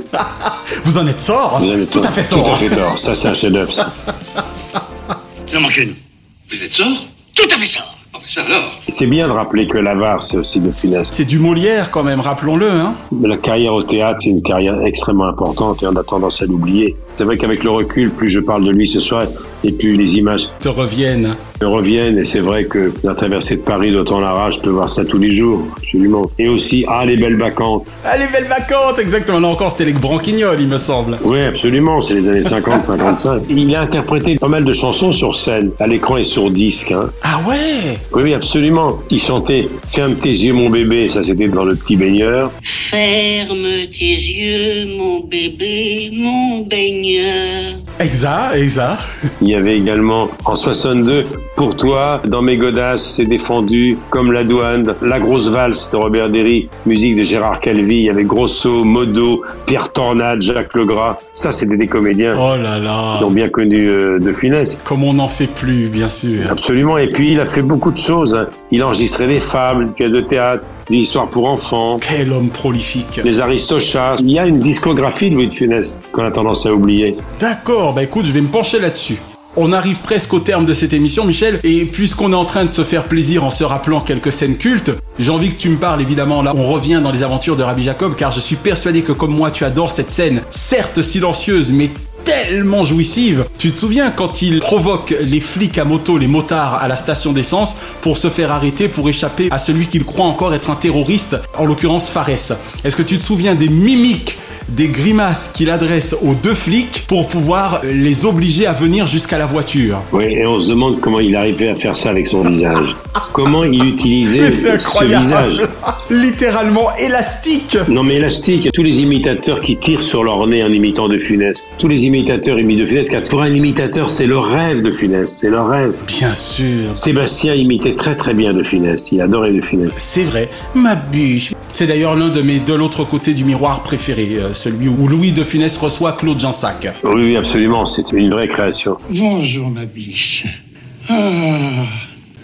Vous en êtes sort
Vous avez
Ah, Tout à fait
Tout à
sort.
fait tort. Ça, c'est un chef-d'œuvre, ça.
Il en manque une. Vous êtes sort Tout à fait sort. Ah, ben ça alors
C'est bien de rappeler que l'avare, c'est aussi de finesse.
C'est du Molière quand même, rappelons-le. Hein.
La carrière au théâtre, c'est une carrière extrêmement importante et on a tendance à l'oublier. C'est vrai qu'avec le recul, plus je parle de lui ce soir, et puis les images
te reviennent.
Te reviennent, et c'est vrai que la traversée de Paris, d'autant la rage, je peux voir ça tous les jours, absolument. Et aussi, ah, les belles vacances.
Ah, les belles vacances, exactement. Là encore, c'était les branquignoles, il me semble.
Oui, absolument, c'est les années 50, 55. Il a interprété pas mal de chansons sur scène, à l'écran et sur disque. hein.
Ah ouais
Oui, oui, absolument. Il chantait Ferme tes yeux, mon bébé, ça c'était dans Le Petit Baigneur.
Ferme tes yeux, mon bébé, mon baigneur.
Exact, exact.
Il y avait également en 62 Pour toi, dans mes godasses, c'est défendu comme la douane, la grosse valse de Robert Derry, musique de Gérard Calvi, il y avait Grosso, Modo, Pierre Tornade, Jacques Legras. Ça c'était des comédiens
Oh là là.
qui ont bien connu euh, de finesse.
Comme on n'en fait plus, bien sûr.
Absolument. Et puis il a fait beaucoup de choses. hein. Il a enregistré des fables, des pièces de théâtre, des histoires pour enfants.
Quel homme prolifique.
Les Aristochats. Il y a une discographie de Louis de Funès qu'on a tendance à oublier.
D'accord, bah écoute, je vais me pencher là-dessus. On arrive presque au terme de cette émission, Michel, et puisqu'on est en train de se faire plaisir en se rappelant quelques scènes cultes, j'ai envie que tu me parles, évidemment, là, on revient dans les aventures de Rabbi Jacob, car je suis persuadé que, comme moi, tu adores cette scène, certes silencieuse, mais tellement jouissive. Tu te souviens quand il provoque les flics à moto, les motards à la station d'essence pour se faire arrêter, pour échapper à celui qu'il croit encore être un terroriste, en l'occurrence Fares. Est-ce que tu te souviens des mimiques des grimaces qu'il adresse aux deux flics pour pouvoir les obliger à venir jusqu'à la voiture.
Oui, et on se demande comment il arrivait à faire ça avec son visage. Comment il utilisait
Mais c'est
ce visage.
incroyable Littéralement élastique
Non mais élastique, tous les imitateurs qui tirent sur leur nez en imitant De Funès, tous les imitateurs imitent De Funès, car pour un imitateur c'est le rêve De Funès, c'est leur rêve.
Bien sûr
Sébastien imitait très très bien De Funès, il adorait De Funès.
C'est vrai, ma biche C'est d'ailleurs l'un de mes de l'autre côté du miroir préféré, euh, celui où Louis de Funès reçoit Claude Jansac.
Oui, oui, absolument, c'est une vraie création.
Bonjour ma biche. Ah,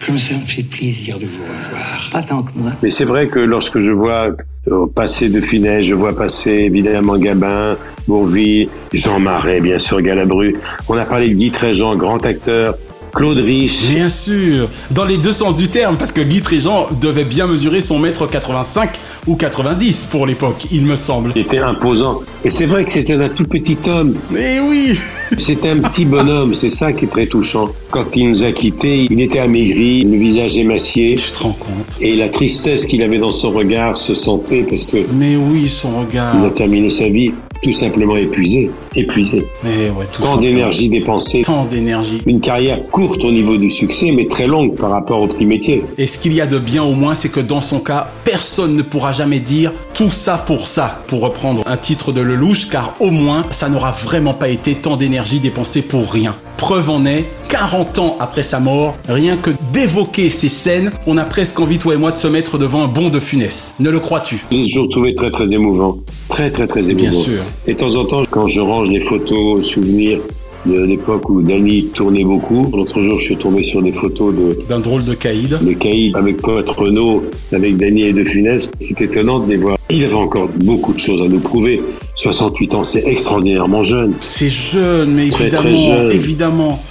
comme ça me fait plaisir de vous revoir.
Pas tant que moi.
Mais c'est vrai que lorsque je vois euh, passer De Funès, je vois passer évidemment Gabin, Bourville, Jean Marais, bien sûr, Galabru. On a parlé de Guy Tréjean, grand acteur, Claude Rich.
Bien sûr Dans les deux sens du terme, parce que Guy Tréjean devait bien mesurer son mètre 85 ou 90 pour l'époque, il me semble.
C'était imposant. Et c'est vrai que c'était un tout petit homme.
Mais oui
C'était un petit bonhomme, c'est ça qui est très touchant. Quand il nous a quittés, il était amaigri, le visage émacié,
Tu te rends compte
et la tristesse qu'il avait dans son regard se sentait parce que
Mais oui, son regard...
il a terminé sa vie tout simplement épuisé. Épuisé.
Mais ouais, tout
Tant
simplement.
d'énergie dépensée.
Tant d'énergie.
Une carrière courte au niveau du succès, mais très longue par rapport au petit métier.
Et ce qu'il y a de bien au moins, c'est que dans son cas, personne ne pourra jamais dire tout ça pour ça, pour reprendre un titre de Lelouch, car au moins, ça n'aura vraiment pas été tant d'énergie dépensée pour rien. Preuve en est, 40 ans après sa mort, rien que d'évoquer ces scènes, on a presque envie, toi et moi, de se mettre devant un bond de funès. Ne le crois-tu
Et Je le trouvais très très émouvant. Très très très émouvant.
Bien sûr.
Et de temps en temps, quand je range des photos, souvenirs de l'époque où Dany tournait beaucoup, l'autre jour je suis tombé sur des photos de,
D'un drôle de caïd.
de Caïd avec Poète Renault, avec Dany et De Funès. C'est étonnant de les voir. Il avait encore beaucoup de choses à nous prouver. 68 ans, c'est extraordinairement jeune.
C'est jeune, mais
Très,
évidemment,
très jeune.
évidemment.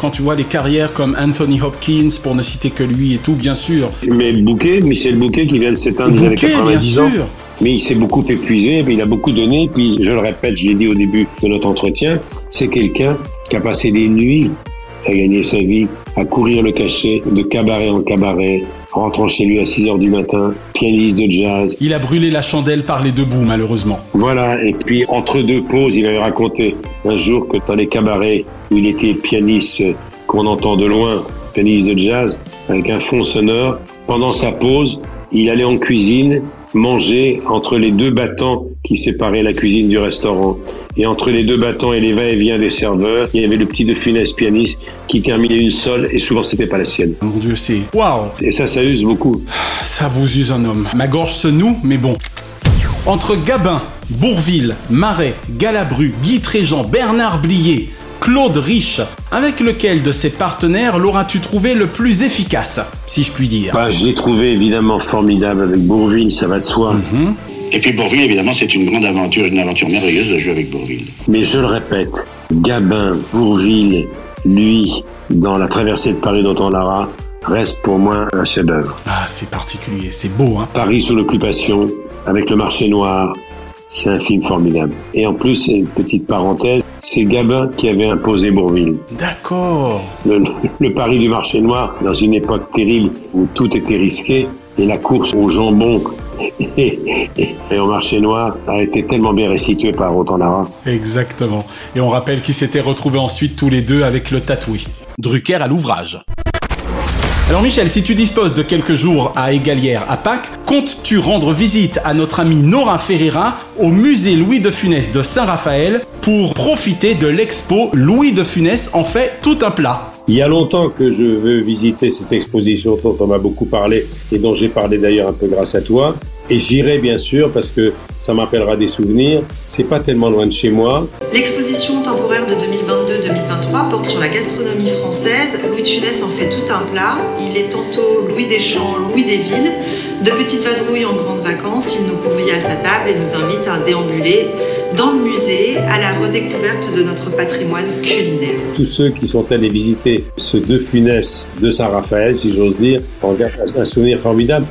Quand tu vois les carrières comme Anthony Hopkins, pour ne citer que lui et tout, bien sûr.
Mais Bouquet, Michel Bouquet qui vient de s'éteindre, il avait
Bouquet, bien
90 ans.
sûr.
Mais il s'est beaucoup épuisé, mais il a beaucoup donné. Puis, je le répète, je l'ai dit au début de notre entretien, c'est quelqu'un qui a passé des nuits à gagner sa vie, à courir le cachet de cabaret en cabaret, rentrant chez lui à 6 heures du matin, pianiste de jazz.
Il a brûlé la chandelle par les deux bouts, malheureusement.
Voilà, et puis entre deux pauses, il avait raconté un jour que dans les cabarets où il était pianiste euh, qu'on entend de loin, pianiste de jazz, avec un fond sonore, pendant sa pause, il allait en cuisine manger entre les deux battants qui séparaient la cuisine du restaurant. Et entre les deux battants et les va-et-vient des serveurs, il y avait le petit de funeste pianiste qui terminait une seule et souvent c'était pas la sienne.
Mon Dieu, c'est... Waouh
Et ça, ça use beaucoup.
Ça vous use un homme. Ma gorge se noue, mais bon. Entre Gabin, Bourville, Marais, Galabru, Guy Tréjean, Bernard Blier, Claude Rich, avec lequel de ses partenaires l'auras-tu trouvé le plus efficace, si je puis dire
Bah, je l'ai trouvé évidemment formidable avec Bourville, ça va de soi.
Et puis Bourville, évidemment, c'est une grande aventure, une aventure merveilleuse de jouer avec Bourville.
Mais je le répète, Gabin, Bourville, lui, dans la traversée de Paris d'Otan-Lara, reste pour moi un chef-d'œuvre.
Ah, c'est particulier, c'est beau, hein
Paris sous l'occupation, avec le marché noir, c'est un film formidable. Et en plus, c'est une petite parenthèse, C'est Gabin qui avait imposé Bourville.
D'accord.
Le, le pari du marché noir, dans une époque terrible où tout était risqué, et la course au jambon et, et- et au marché noir a été tellement bien restituée par Autant
Exactement. Et on rappelle qu'ils s'étaient retrouvés ensuite tous les deux avec le tatoué. Drucker à l'ouvrage. Alors Michel, si tu disposes de quelques jours à Égalière à Pâques, comptes-tu rendre visite à notre amie Nora Ferreira au musée Louis de Funès de Saint-Raphaël pour profiter de l'expo Louis de Funès en fait tout un plat
Il y a longtemps que je veux visiter cette exposition dont on m'a beaucoup parlé et dont j'ai parlé d'ailleurs un peu grâce à toi. Et j'irai bien sûr parce que ça m'appellera des souvenirs. C'est pas tellement loin de chez moi.
L'exposition temporaire de 2022-2023 porte sur la gastronomie française. Louis de Funès en fait tout un plat. Il est tantôt Louis des champs, Louis des villes. De petites vadrouilles en grandes vacances, il nous convie à sa table et nous invite à déambuler dans le musée à la redécouverte de notre patrimoine culinaire.
Tous ceux qui sont allés visiter ce De Funès de Saint-Raphaël, si j'ose dire, en gardent un souvenir formidable.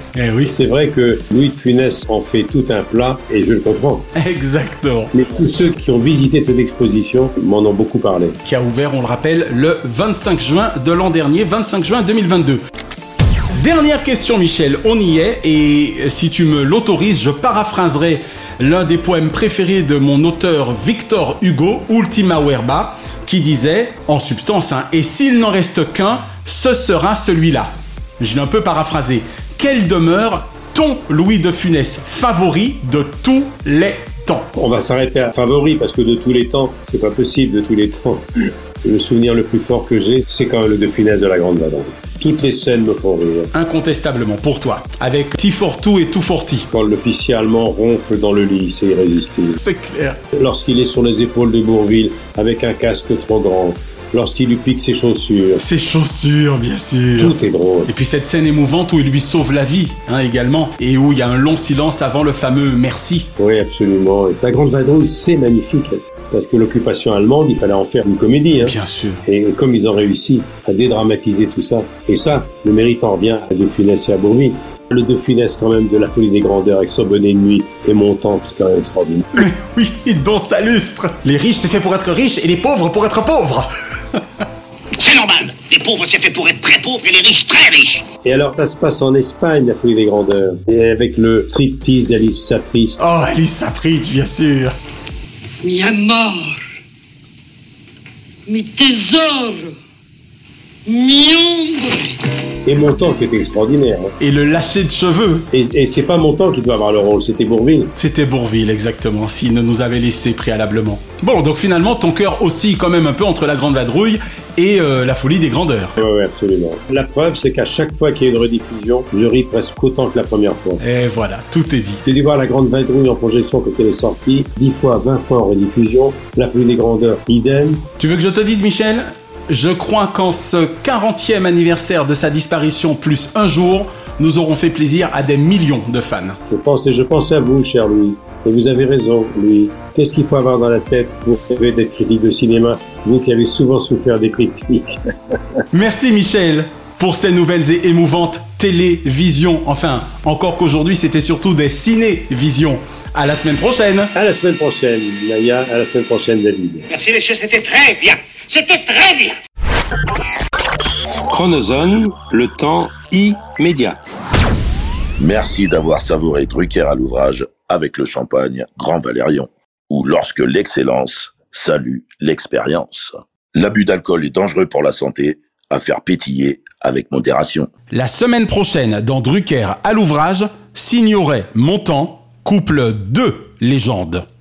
C'est vrai que Louis de Funès en fait tout un plat et je le comprends.
Exactement.
Mais tous ceux qui ont visité cette exposition m'en ont beaucoup parlé.
qui a ouvert, on le rappelle, le 25 juin de l'an dernier, 25 juin 2022. Dernière question, Michel, on y est, et si tu me l'autorises, je paraphraserai l'un des poèmes préférés de mon auteur Victor Hugo, Ultima Werba, qui disait, en substance, hein, et s'il n'en reste qu'un, ce sera celui-là. Je l'ai un peu paraphrasé. Quelle demeure ton Louis de Funès favori de tous les temps
On va s'arrêter à favori parce que de tous les temps, c'est pas possible de tous les temps. Le souvenir le plus fort que j'ai, c'est quand même le de finesse de la Grande Vadrouille. Toutes les scènes me font rire.
Incontestablement pour toi, avec Tifortou et Touforti.
Quand l'officier allemand ronfle dans le lit, c'est irrésistible.
C'est clair.
Lorsqu'il est sur les épaules de Bourville avec un casque trop grand. Lorsqu'il lui pique ses chaussures.
Ses chaussures, bien sûr.
Tout est drôle.
Et puis cette scène émouvante où il lui sauve la vie, hein, également, et où il y a un long silence avant le fameux merci.
Oui, absolument. Et la Grande Vadrouille, c'est magnifique. Parce que l'occupation allemande, il fallait en faire une comédie. hein.
Bien sûr.
Et comme ils ont réussi à dédramatiser tout ça, et ça, le mérite en revient à De Funès et à Bourville. Le De Funès, quand même, de la folie des grandeurs, avec son bonnet de nuit et montant, c'est quand même extraordinaire.
Oui, dans sa lustre. Les riches, c'est fait pour être riches, et les pauvres pour être pauvres.
C'est normal. Les pauvres, c'est fait pour être très pauvres et les riches, très riches.
Et alors, ça se passe en Espagne, la folie des grandeurs. Et avec le striptease d'Alice Sapri.
Oh, Alice Sapri, bien sûr.
Mi amor, mi tesoro, mi ombre.
Et montant qui était extraordinaire. hein.
Et le lâcher de cheveux.
Et, et c'est pas montant qui doit avoir le rôle, c'était Bourville.
C'était Bourville, exactement, s'il ne nous avait laissé préalablement. Bon, donc finalement, ton cœur oscille quand même un peu entre la grande vadrouille et euh, la folie des grandeurs.
Oui, ouais, absolument. La preuve, c'est qu'à chaque fois qu'il y a une rediffusion, je ris presque autant que la première fois.
Et voilà, tout est dit.
J'ai dû voir la grande vadrouille en projection quand elle est sortie, 10 fois, 20 fois en rediffusion, la folie des grandeurs, idem.
Tu veux que je te dise, Michel Je crois qu'en ce 40e anniversaire de sa disparition, plus un jour, nous aurons fait plaisir à des millions de fans.
Je pense et je pense à vous, cher Louis. Et vous avez raison, Louis. Qu'est-ce qu'il faut avoir dans la tête pour rêver d'être critique de cinéma, vous qui avez souvent souffert des critiques
Merci, Michel, pour ces nouvelles et émouvantes télévisions. Enfin, encore qu'aujourd'hui, c'était surtout des ciné-visions. À la semaine prochaine
À la semaine prochaine, Naya, à la semaine prochaine, David.
Merci, messieurs, c'était très bien. C'était très bien.
Chronozone, le temps immédiat.
Merci d'avoir savouré Drucker à l'ouvrage avec le champagne Grand Valérion, ou lorsque l'excellence salue l'expérience. L'abus d'alcool est dangereux pour la santé, à faire pétiller avec modération.
La semaine prochaine, dans Drucker à l'ouvrage, s'ignorait Montant, couple 2 légendes.